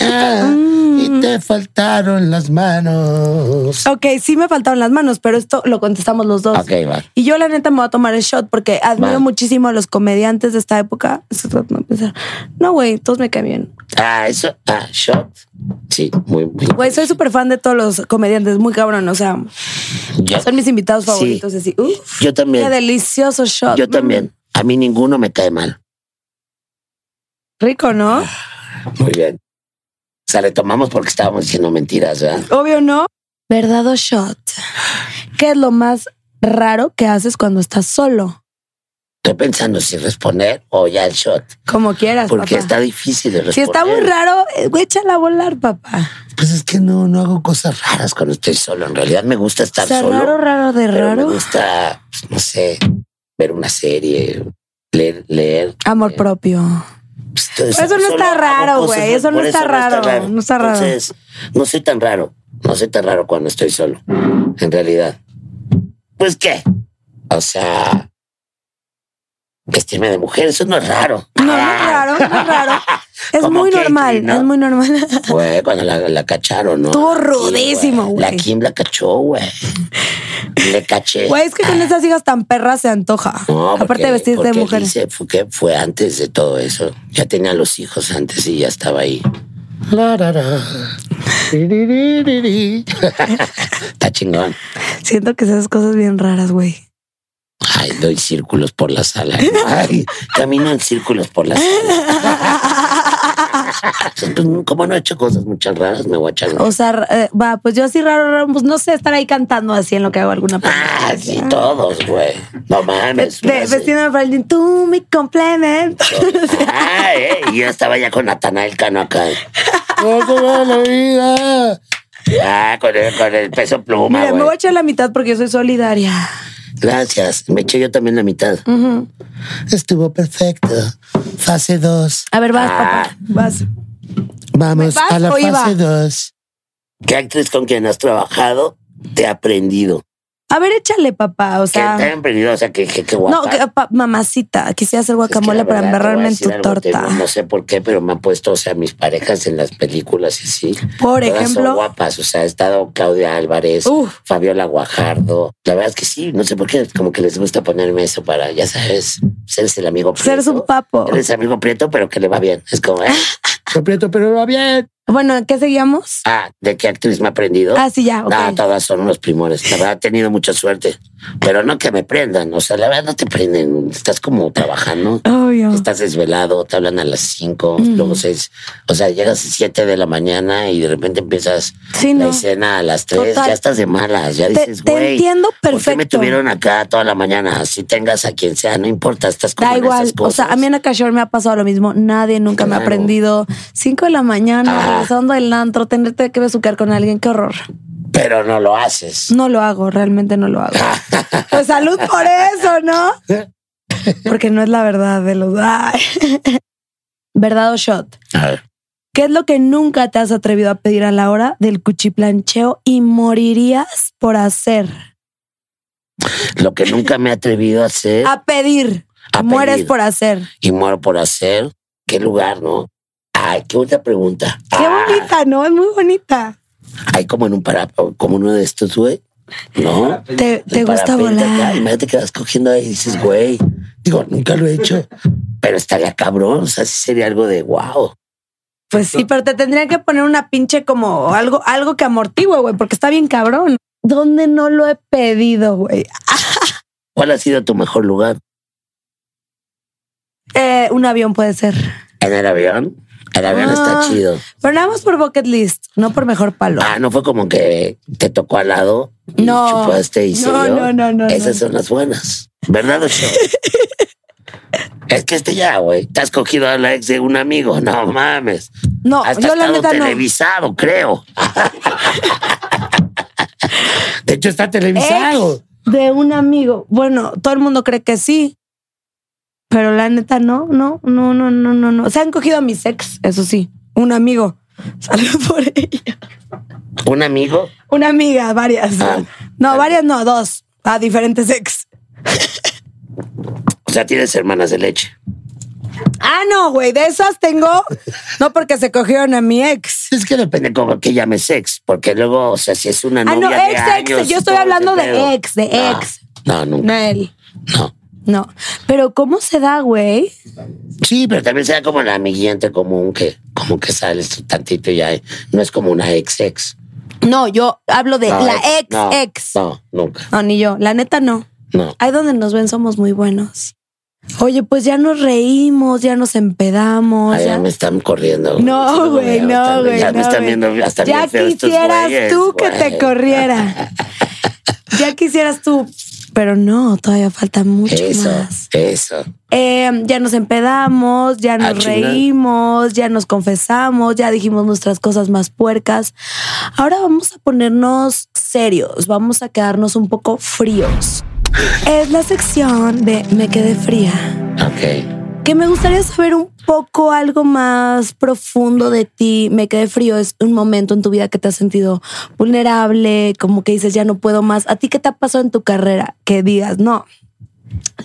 Speaker 5: Ah,
Speaker 3: Mm.
Speaker 5: y te faltaron las manos.
Speaker 3: Ok, sí me faltaron las manos, pero esto lo contestamos los dos.
Speaker 4: ok, va.
Speaker 3: Y yo la neta me voy a tomar el shot porque admiro
Speaker 4: Va.
Speaker 3: muchísimo a los comediantes de esta época. Estoy tratando de pensar. No, güey, todos me caen bien.
Speaker 4: Ah, eso. Ah, shot. Sí, muy, muy.
Speaker 3: Güey, soy súper fan de todos los comediantes, muy cabrón. O sea,
Speaker 4: Yo,
Speaker 3: son mis invitados
Speaker 4: Sí.
Speaker 3: favoritos. Así, uf,
Speaker 4: yo
Speaker 3: qué
Speaker 4: también.
Speaker 3: delicioso shot.
Speaker 4: Yo también. A mí ninguno me cae mal.
Speaker 3: Rico, ¿no?
Speaker 4: Muy bien. O sea, le tomamos porque estábamos diciendo mentiras, ¿verdad?
Speaker 3: Obvio, ¿no? Verdad o shot. ¿Qué es lo más raro que haces cuando estás solo?
Speaker 4: Estoy pensando si responder o ya el shot.
Speaker 3: Como quieras,
Speaker 4: Porque
Speaker 3: papá.
Speaker 4: está difícil de responder.
Speaker 3: si Pues, está muy raro, eh, güey, échala a volar, papá.
Speaker 5: Pues es que no, no hago cosas raras.
Speaker 4: raras cuando estoy solo. En realidad me gusta estar
Speaker 3: O sea,
Speaker 4: solo.
Speaker 3: raro, raro de
Speaker 4: Pero
Speaker 3: raro.
Speaker 4: me gusta, pues, no sé, ver una serie, leer, leer.
Speaker 3: Amor propio.
Speaker 4: pues, todo
Speaker 3: Eso no
Speaker 4: Solo
Speaker 3: está
Speaker 4: hago
Speaker 3: raro,
Speaker 4: cosas,
Speaker 3: güey, eso no
Speaker 4: por
Speaker 3: está raro, no está raro.
Speaker 4: Entonces, no soy tan raro. No soy tan raro cuando estoy solo. En realidad. Pues qué. O sea, vestirme de mujer, eso no es raro.
Speaker 3: No, no es raro, no es raro. Es
Speaker 4: Como
Speaker 3: muy
Speaker 4: Katy,
Speaker 3: normal,
Speaker 4: ¿no?
Speaker 3: es muy normal.
Speaker 4: Güey, cuando la, la cacharon, ¿no?
Speaker 3: Estuvo
Speaker 4: Sí,
Speaker 3: rudísimo, güey.
Speaker 4: La Kim la cachó, güey. Le caché.
Speaker 3: Güey, es que con esas hijas tan perras se antoja.
Speaker 4: No,
Speaker 3: Aparte
Speaker 4: porque-
Speaker 3: de vestirte de
Speaker 4: porque
Speaker 3: mujer.
Speaker 4: dice, fue, que fue antes de todo eso. Ya tenía los hijos antes y ya estaba ahí.
Speaker 5: La, la, la.
Speaker 4: Tiririri. Está chingón.
Speaker 3: Siento que esas cosas bien raras, güey.
Speaker 4: Ay, doy círculos por la sala. Ay, camino en círculos por la sala. Como no he hecho cosas muchas raras, me voy a echar.
Speaker 3: O sea, r- eh, va, pues yo así raro, raro, pues no sé, estar ahí cantando así en lo que hago alguna
Speaker 4: Ah, sí, todos, güey. No mames.
Speaker 3: Ve- ve-
Speaker 4: una-
Speaker 3: Vestido de Franklin, tú mi complemento.
Speaker 4: Ah, eh, y yo estaba ya con Natanael Cano acá.
Speaker 5: ¿Cómo va la vida?
Speaker 4: Ah, con el, con el peso pluma,
Speaker 3: Mira, me
Speaker 4: güey.
Speaker 3: voy a echar la mitad porque yo soy solidaria.
Speaker 4: Gracias. Me eché yo también la mitad.
Speaker 3: Ujú.
Speaker 5: Estuvo perfecto. Fase 2.
Speaker 3: A ver, vas,
Speaker 4: Ah.
Speaker 3: papá. Vas.
Speaker 5: Vamos
Speaker 3: ¿Vas
Speaker 5: a la
Speaker 3: o iba?
Speaker 5: fase 2.
Speaker 4: ¿Qué actriz con quien has trabajado te ha aprendido?
Speaker 3: A ver, échale, papá. O
Speaker 4: Que te ha
Speaker 3: sea,
Speaker 4: aprendido, o sea, que, que, que guapa.
Speaker 3: no, que- pa- mamacita, quisiera hacer
Speaker 4: Es que la
Speaker 3: guacamole para
Speaker 4: verdad, te voy a
Speaker 3: embarrarme en
Speaker 4: decir
Speaker 3: tu
Speaker 4: algo, te-
Speaker 3: torta.
Speaker 4: no, no sé por qué, pero me han puesto, o sea, mis parejas en las películas y sí.
Speaker 3: Por
Speaker 4: todas Son
Speaker 3: ejemplo, Uh.
Speaker 4: guapas, o sea, ha estado Claudia Álvarez,
Speaker 3: Uf.
Speaker 4: Fabiola Guajardo. La verdad es que sí, no sé por qué, como que les gusta ponerme eso para, ya sabes, ser el amigo prieto.
Speaker 3: ser un papo.
Speaker 4: Eres amigo prieto, pero que le va bien. Es como, ¿eh?
Speaker 5: Completo, pero va bien.
Speaker 3: Bueno, ¿en ¿qué seguíamos?
Speaker 4: ah, ¿de qué actriz me ha aprendido?
Speaker 3: Ah, sí, ya, ok.
Speaker 4: No, todas son unos primores. La verdad, he tenido mucha suerte. Pero no que me prendan. O sea, la verdad, no te prenden. Estás como trabajando.
Speaker 3: Obvio.
Speaker 4: Estás desvelado, te hablan a las 5,
Speaker 3: Ah. Mm.
Speaker 4: luego 6. O sea, llegas a 7 de la mañana y de repente empiezas
Speaker 3: Sí,
Speaker 4: la
Speaker 3: no.
Speaker 4: escena a las 3.
Speaker 3: Total.
Speaker 4: Ya estás de malas. Ya
Speaker 3: Te,
Speaker 4: dices,
Speaker 3: te
Speaker 4: güey.
Speaker 3: entiendo
Speaker 4: ¿Por qué me
Speaker 3: perfecto.
Speaker 4: tuvieron acá toda la mañana? Si tengas a quien sea, no importa, estás como
Speaker 3: Da
Speaker 4: en
Speaker 3: igual.
Speaker 4: esas
Speaker 3: O sea,
Speaker 4: cosas.
Speaker 3: a mí en Acashore me ha pasado lo mismo. Nadie nunca me ha
Speaker 4: Claro.
Speaker 3: aprendido. Cinco de la mañana,
Speaker 4: Ah.
Speaker 3: regresando del antro, tenerte que besucar con alguien. Qué horror.
Speaker 4: Pero no lo haces.
Speaker 3: No lo hago, realmente no lo hago. Pues salud por eso, ¿no? Porque no es la verdad de los. Ay. ¿Verdad o shot?
Speaker 4: A ver.
Speaker 3: ¿Qué es lo que nunca te has atrevido a pedir a la hora del cuchiplancheo y morirías por hacer?
Speaker 4: Lo que nunca me he atrevido a hacer.
Speaker 3: A pedir.
Speaker 4: a
Speaker 3: Ah, Mueres
Speaker 4: pedir.
Speaker 3: por hacer.
Speaker 4: y muero por hacer. ¿Qué lugar, no? Ay, qué bonita pregunta.
Speaker 3: Qué
Speaker 4: Ah,
Speaker 3: bonita, ¿no? Es muy bonita.
Speaker 4: Hay como en un para, como uno de estos, güey. ¿No?
Speaker 3: Te, te
Speaker 4: El
Speaker 3: gusta
Speaker 4: parapente acá,
Speaker 3: volar.
Speaker 4: Imagínate que vas cogiendo ahí y dices, güey, digo, nunca lo he hecho, pero estaría cabrón. O sea, sí sería algo de wow.
Speaker 3: Pues sí, pero te tendrían que poner una pinche como algo, algo que amortigüe, güey, porque está bien cabrón. ¿Dónde no lo he pedido, güey?
Speaker 4: ¿Cuál ha sido tu mejor lugar?
Speaker 3: Eh, un avión puede ser.
Speaker 4: ¿En el avión? El avión
Speaker 3: Ah.
Speaker 4: está chido.
Speaker 3: Pero nada más por bucket list, no por mejor palo.
Speaker 4: Ah, no fue como que te tocó al lado y
Speaker 3: No.
Speaker 4: chupaste y se
Speaker 3: no,
Speaker 4: dio?
Speaker 3: no, no, no.
Speaker 4: Esas
Speaker 3: no.
Speaker 4: son las buenas. ¿Verdad, Ocho? es que este ya, güey. Te has cogido a la ex de un amigo. No mames.
Speaker 3: No,
Speaker 4: Hasta
Speaker 3: yo
Speaker 4: ha
Speaker 3: la
Speaker 4: estado
Speaker 3: neta no.
Speaker 4: televisado, creo.
Speaker 5: De hecho, está televisado.
Speaker 3: De un amigo. Bueno, todo el mundo cree que sí. Pero la neta no, no, no, no, no, no, no. Se han cogido a mis ex, eso sí. Un amigo. Salud por ella.
Speaker 4: ¿Un amigo?
Speaker 3: Una amiga, varias.
Speaker 4: Ah.
Speaker 3: no, varias no, dos. A diferentes ex.
Speaker 4: O sea, tienes hermanas de leche.
Speaker 3: Ah, no, güey, de esas tengo. No porque se cogieron a mi ex.
Speaker 4: Es que depende como que llames ex, porque luego, o sea, si es una
Speaker 3: Ah,
Speaker 4: novia
Speaker 3: no,
Speaker 4: de
Speaker 3: ex, ex.
Speaker 4: años
Speaker 3: Yo
Speaker 4: y
Speaker 3: estoy
Speaker 4: todo
Speaker 3: hablando
Speaker 4: ese
Speaker 3: de
Speaker 4: pedo.
Speaker 3: ex, de
Speaker 4: No,
Speaker 3: ex.
Speaker 4: No, nunca.
Speaker 3: No él.
Speaker 4: No.
Speaker 3: No. Pero ¿cómo se da, güey?
Speaker 4: Sí, pero también sea como la amiguiente común que como que sales tú tantito y ya eh, no es como una ex ex.
Speaker 3: No, yo hablo de
Speaker 4: No,
Speaker 3: la ex,
Speaker 4: no,
Speaker 3: ex.
Speaker 4: No, nunca.
Speaker 3: No, ni yo. La neta no.
Speaker 4: No.
Speaker 3: Ahí donde nos ven somos muy buenos. Oye, pues ya nos reímos, ya nos empedamos.
Speaker 4: Ay,
Speaker 3: ya
Speaker 4: ya me están corriendo.
Speaker 3: No, güey,
Speaker 4: ya me
Speaker 3: no,
Speaker 4: están-
Speaker 3: güey.
Speaker 4: Ya me
Speaker 3: no,
Speaker 4: están
Speaker 3: güey.
Speaker 4: viendo hasta
Speaker 3: Ya
Speaker 4: bien feos estos
Speaker 3: quisieras
Speaker 4: güeyes,
Speaker 3: tú que te
Speaker 4: güey.
Speaker 3: corriera. ya quisieras tú. Pero no, todavía falta mucho
Speaker 4: Eso,
Speaker 3: más.
Speaker 4: eso.
Speaker 3: Eh, ya nos empedamos, ya nos
Speaker 4: chinga.
Speaker 3: reímos, ya nos confesamos, ya dijimos nuestras cosas más puercas. Ahora vamos a ponernos serios, vamos a quedarnos un poco fríos. Es la sección de Me quedé fría
Speaker 4: Ok.
Speaker 3: que me gustaría saber un poco algo más profundo de ti. Me quedé frío. Es un momento en tu vida que te has sentido vulnerable, como que dices ya no puedo más. ¿A ti qué te ha pasado en tu carrera? Que digas, no,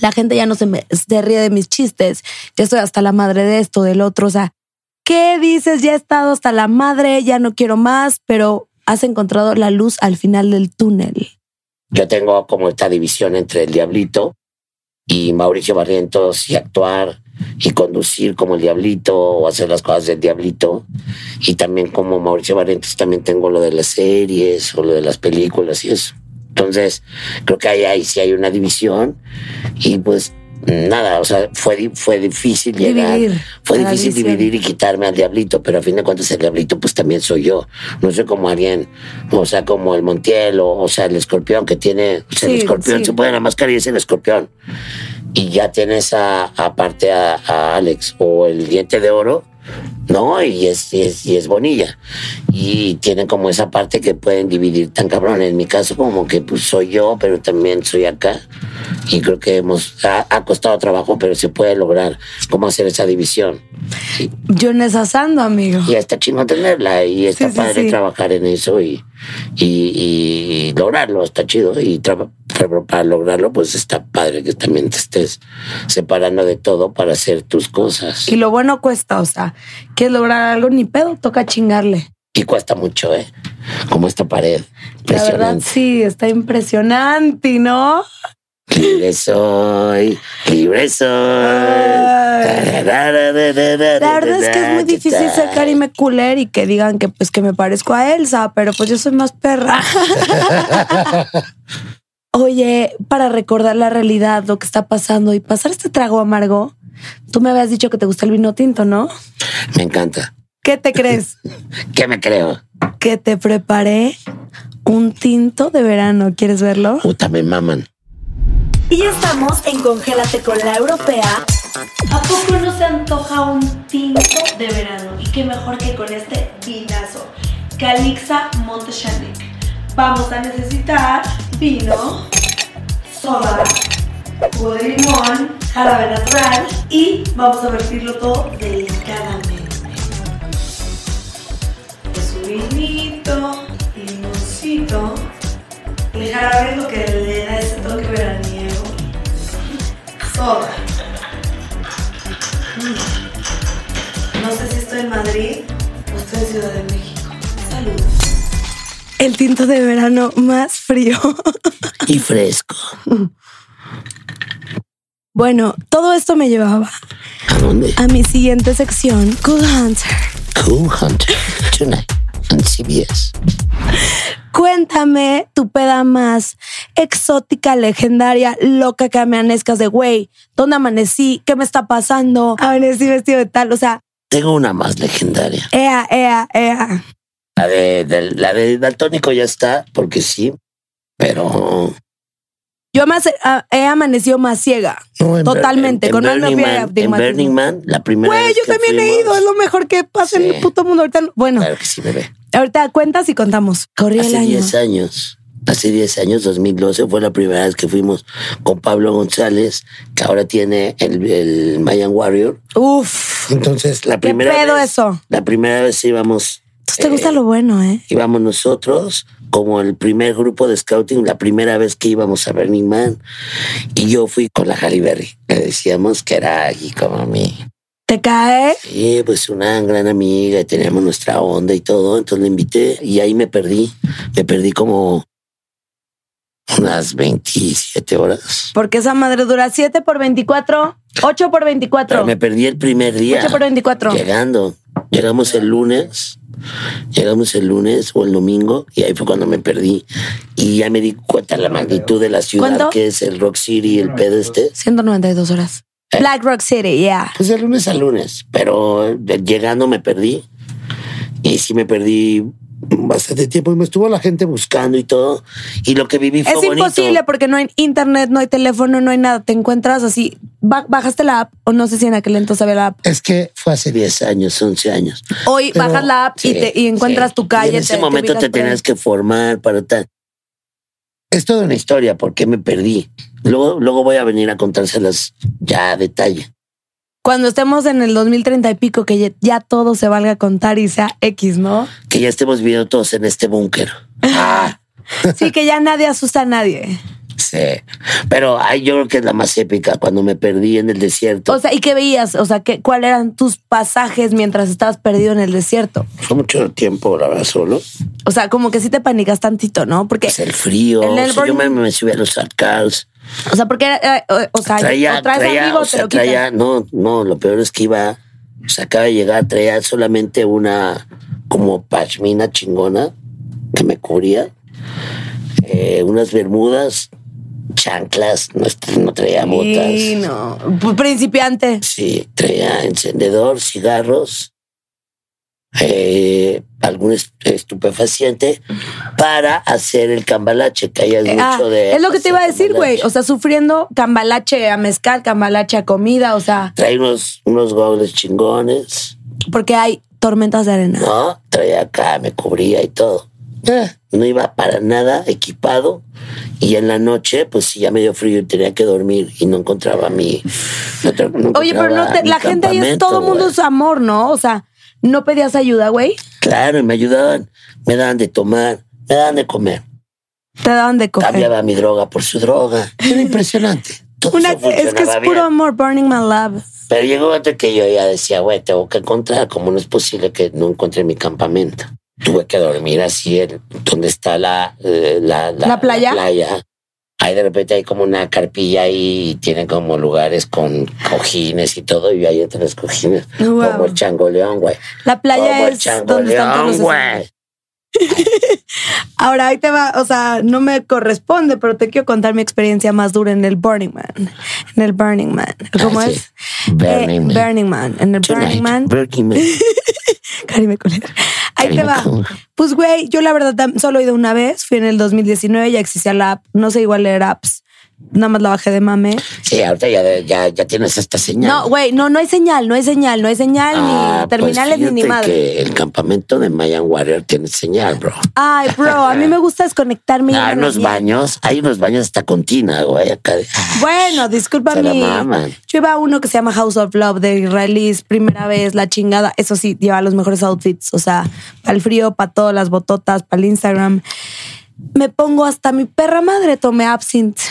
Speaker 3: la gente ya no se, me, se ríe de mis chistes. Ya estoy hasta la madre de esto, del otro. O sea, ¿qué dices? Ya he estado hasta la madre, ya no quiero más, pero has encontrado la luz al final del túnel.
Speaker 4: Yo tengo como esta división entre el Diablito y Mauricio Barrientos y actuar y conducir como el diablito o hacer las cosas del diablito. Y también como Mauricio Barentes también tengo lo de las series o lo de las películas y eso. Entonces, creo que ahí, ahí sí hay una división y pues nada, o sea, fue, di- fue difícil llegar.
Speaker 3: Dividir
Speaker 4: Fue
Speaker 3: la
Speaker 4: difícil
Speaker 3: visión.
Speaker 4: dividir y quitarme al diablito, pero a fin de cuentas el diablito pues también soy yo. No soy como alguien, o sea, como el Montiel o, o sea, el escorpión que tiene, o sea, el
Speaker 3: Sí,
Speaker 4: escorpión
Speaker 3: sí.
Speaker 4: se pone la máscara y es el escorpión. Y ya tienes a- aparte a, a Alex o el diente de oro, ¿no? Y es, y es, y es Bonilla. Y tienen como esa parte que pueden dividir tan cabrón. En mi caso, como que pues soy yo, pero también soy acá. Y creo que hemos, ha, ha costado trabajo, pero se puede lograr cómo hacer esa división.
Speaker 3: Yo en esas ando, amigo.
Speaker 4: Y está chingón tenerla y está
Speaker 3: Sí, sí,
Speaker 4: padre
Speaker 3: sí.
Speaker 4: trabajar en eso y, y, y lograrlo, está chido. Y tra- tra- para lograrlo, pues está padre que también te estés separando de todo para hacer tus cosas.
Speaker 3: Y lo bueno cuesta, o sea, quieres lograr algo, ni pedo, toca chingarle.
Speaker 4: Y cuesta mucho, ¿eh? Como esta pared.
Speaker 3: La verdad,
Speaker 4: Impresionante.
Speaker 3: sí, está impresionante, ¿no?
Speaker 4: Libre soy, libre soy.
Speaker 3: Ay. La verdad es que es muy difícil ser Karime Cooler y que digan que pues que me parezco a Elsa, pero pues yo soy más perra. Oye, para recordar la realidad, lo que está pasando y pasar este trago amargo, tú me habías dicho que te gusta el vino tinto, ¿no?
Speaker 4: Me encanta.
Speaker 3: ¿Qué te crees?
Speaker 4: ¿Qué me creo?
Speaker 3: que te preparé un tinto de verano. ¿Quieres verlo?
Speaker 4: Puta, me maman.
Speaker 3: Y ya estamos en Congélate con la Europea. ¿A poco no se antoja un tinto de verano? Y qué mejor que con este vinazo. Calixa Montechanic. Vamos a necesitar vino, soda, jugo de limón, jarabe natural y vamos a vertirlo todo delicadamente. Pues un vinito, limoncito. El jarabe es lo que le da ese toque veraniego. Soda. Mm. No sé si estoy en Madrid o estoy en Ciudad de México. Salud. El tinto de verano más frío.
Speaker 4: Y fresco.
Speaker 3: Bueno, todo esto me llevaba
Speaker 4: ¿A dónde?
Speaker 3: a mi siguiente sección, Cool Hunter.
Speaker 4: Cool Hunter. Tonight. On CBS.
Speaker 3: Cuéntame tu peda más exótica, legendaria, loca que me amanezcas de güey. ¿Dónde amanecí? ¿Qué me está pasando? Amanecí vestido de tal. O sea,
Speaker 4: Tengo una más legendaria.
Speaker 3: ea, ea, ea.
Speaker 4: La de, del- la de Daltónico ya está, porque sí, pero.
Speaker 3: Yo más, ah, he amanecido más ciega.
Speaker 4: No,
Speaker 5: em,
Speaker 4: en Ber-
Speaker 3: Totalmente,
Speaker 4: en-
Speaker 3: con
Speaker 4: en
Speaker 3: una
Speaker 4: Burning
Speaker 3: piedra
Speaker 4: Man-
Speaker 3: de
Speaker 4: En
Speaker 3: matrimonio.
Speaker 4: Burning Man, la primera
Speaker 3: Güey,
Speaker 4: vez
Speaker 3: yo
Speaker 4: que
Speaker 3: también he
Speaker 4: fuimos-
Speaker 3: ido. Es lo mejor que pasa en el
Speaker 4: Sí.
Speaker 3: puto mundo ahorita. no- Bueno,
Speaker 4: Claro que sí, bebé.
Speaker 3: ahorita cuentas y contamos. Corría el
Speaker 4: Hace
Speaker 3: año.
Speaker 4: 10 años. Hace 10 años, 2012, fue la primera vez que fuimos con Pablo González, que ahora tiene el, el Mayan Warrior.
Speaker 3: Uf.
Speaker 5: Entonces,
Speaker 4: La
Speaker 3: ¿Qué
Speaker 4: primera
Speaker 3: pedo
Speaker 4: vez,
Speaker 3: eso?
Speaker 4: La primera vez íbamos,
Speaker 3: Entonces te gusta lo bueno, ¿eh?
Speaker 4: íbamos nosotros como el primer grupo de scouting, la primera vez que íbamos a Burning Man. Y yo fui con la Halle Berry, que decíamos que era aquí como mi,
Speaker 3: ¿Te cae?
Speaker 4: Sí, pues una gran amiga, y teníamos nuestra onda y todo, entonces la invité y ahí me perdí, me perdí como unas 27 horas.
Speaker 3: Porque esa madre dura 7 por 24, 8 por
Speaker 4: Pero
Speaker 3: 24.
Speaker 4: me perdí el primer día.
Speaker 3: 8 por 24.
Speaker 4: Llegando, llegamos el lunes, llegamos el lunes o el domingo y ahí fue cuando me perdí y ya me di cuenta de la magnitud de la ciudad
Speaker 3: ¿Cuánto?
Speaker 4: que es el Rock City, el pedo este.
Speaker 3: 192 horas.
Speaker 4: Eh.
Speaker 3: Black Rock City, yeah.
Speaker 4: Pues de lunes a lunes, pero de- llegando me perdí. Y sí me perdí bastante tiempo y me estuvo la gente buscando y todo. Y lo que viví fue
Speaker 3: Es
Speaker 4: bonito.
Speaker 3: imposible porque no hay internet, no hay teléfono, no hay nada. Te encuentras así. ba- Bajaste la app, o no sé si en aquel entonces había la app.
Speaker 4: Es que fue hace 10 años, 11 años.
Speaker 3: Hoy
Speaker 4: Pero-
Speaker 3: bajas la app y,
Speaker 4: Sí,
Speaker 3: te, y encuentras
Speaker 4: sí.
Speaker 3: tu calle.
Speaker 4: Y en ese
Speaker 3: te- te
Speaker 4: momento
Speaker 3: ubicas
Speaker 4: te,
Speaker 3: por ahí.
Speaker 4: tenías que formar para tal. Es toda una historia, ¿por qué me perdí? Luego, luego voy a venir a contárselas ya a detalle.
Speaker 3: Cuando estemos en el 2030 y pico, que ya, ya todo se valga a contar y sea X, ¿no?
Speaker 4: Que ya estemos viviendo todos en este búnker. Ah.
Speaker 3: Sí, que ya nadie asusta a nadie.
Speaker 4: Sí. Pero ay, yo creo que es la más épica, cuando me perdí en el desierto.
Speaker 3: O sea, ¿y qué veías? O sea, ¿qué, ¿cuáles eran tus pasajes mientras estabas perdido en el desierto?
Speaker 4: Fue mucho tiempo, la verdad, solo.
Speaker 3: O sea, como que sí te panicas tantito, ¿no? Porque
Speaker 4: Pues el frío.
Speaker 3: En el
Speaker 4: o sea, yo me,
Speaker 3: Burning-
Speaker 4: me subí a los arcades.
Speaker 3: O sea, porque era, eh, o, o sea,
Speaker 4: traía,
Speaker 3: o traes
Speaker 4: traía,
Speaker 3: amigo,
Speaker 4: o
Speaker 3: te
Speaker 4: sea,
Speaker 3: lo quitas.
Speaker 4: traía, no, no, lo peor es que iba, o sea, acaba de llegar, traía solamente una como pashmina chingona que me cubría, eh, unas bermudas, chanclas, no, est- no traía botas.
Speaker 3: Sí, no. P- Principiante.
Speaker 4: Sí, traía encendedor, cigarros, eh, algún est- estupefaciente para hacer el cambalache, que hayas
Speaker 3: Eh, ah,
Speaker 4: mucho de.
Speaker 3: es lo que te iba a
Speaker 4: hacer
Speaker 3: decir, güey.
Speaker 4: cambalache.
Speaker 3: O sea, sufriendo cambalache a mezcal, cambalache a comida, o sea,
Speaker 4: Traía unos, unos gobles chingones,
Speaker 3: porque hay tormentas de arena.
Speaker 4: ¿no? Traía acá, me cubría y todo. Eh, No iba para nada equipado. Y en la noche, pues sí, ya medio frío y tenía que dormir y no encontraba mi. no tra- no
Speaker 3: Oye, pero no
Speaker 4: encontraba
Speaker 3: te-
Speaker 4: mi
Speaker 3: la gente ahí es
Speaker 4: campamento,
Speaker 3: todo mundo
Speaker 4: güey.
Speaker 3: su amor, ¿no? O sea, no pedías ayuda, güey.
Speaker 4: Claro, y me ayudaban. Me daban de tomar, me daban de comer.
Speaker 3: Te daban de coger.
Speaker 4: Cambiaba mi droga por su droga.
Speaker 5: Era impresionante.
Speaker 4: Todo
Speaker 3: Una-
Speaker 4: pues, eso
Speaker 3: es que es
Speaker 4: funcionaba
Speaker 3: puro
Speaker 4: bien.
Speaker 3: amor, burning my love.
Speaker 4: Pero llegó otro que yo ya decía, güey, tengo que encontrar. Como no es posible que no encuentre mi campamento. Tuve que dormir así, en donde está la, eh, la,
Speaker 3: ¿La playa?
Speaker 4: Ahí de repente hay como una carpilla ahí y tiene como lugares con cojines y todo. Y yo ahí entre los cojines.
Speaker 3: Wow.
Speaker 4: Como el changoleón, güey.
Speaker 3: La
Speaker 4: Como
Speaker 3: playa
Speaker 4: el
Speaker 3: es donde están todos
Speaker 4: changoleón,
Speaker 3: los
Speaker 4: güey.
Speaker 3: Ahora ahí te va, o sea, no me corresponde, pero te quiero contar mi experiencia más dura en el Burning Man. En el Burning Man. ¿Cómo
Speaker 4: Ah, sí.
Speaker 3: es? Eh,
Speaker 4: Burning Man.
Speaker 3: Burning Man. En el Burning
Speaker 4: Tonight,
Speaker 3: Man.
Speaker 4: Burning Man.
Speaker 3: Karime Culler. Ahí te
Speaker 4: Karime
Speaker 3: va.
Speaker 4: Culler.
Speaker 3: Pues, güey, yo la verdad tam- solo he ido una vez. Fui en el 2019, ya existía la app. No sé igual leer apps. Nada más la bajé de mame.
Speaker 4: Sí, ahorita ya, ya, ya tienes esta señal.
Speaker 3: No, güey, no, no hay señal, no hay señal, no hay señal,
Speaker 4: Ah,
Speaker 3: ni terminales
Speaker 4: pues
Speaker 3: ni ni
Speaker 4: fíjate
Speaker 3: madre.
Speaker 4: Que el campamento de Mayan Warrior tiene señal, bro. Ah,
Speaker 3: Ay, bro, a mí me gusta desconectarme. y
Speaker 4: hay
Speaker 3: irme a
Speaker 4: unos
Speaker 3: bañar.
Speaker 4: baños, hay unos baños hasta con tina, güey. Acá de-
Speaker 3: Bueno,
Speaker 4: Se la
Speaker 3: discúlpame.
Speaker 4: maman.
Speaker 3: Yo iba a uno que se llama House of Love de israelíes, primera vez, la chingada. Eso sí, lleva los mejores outfits. O sea, para el frío, para todas las bototas, para el Instagram. Me pongo hasta mi perra madre, tomé absinthe.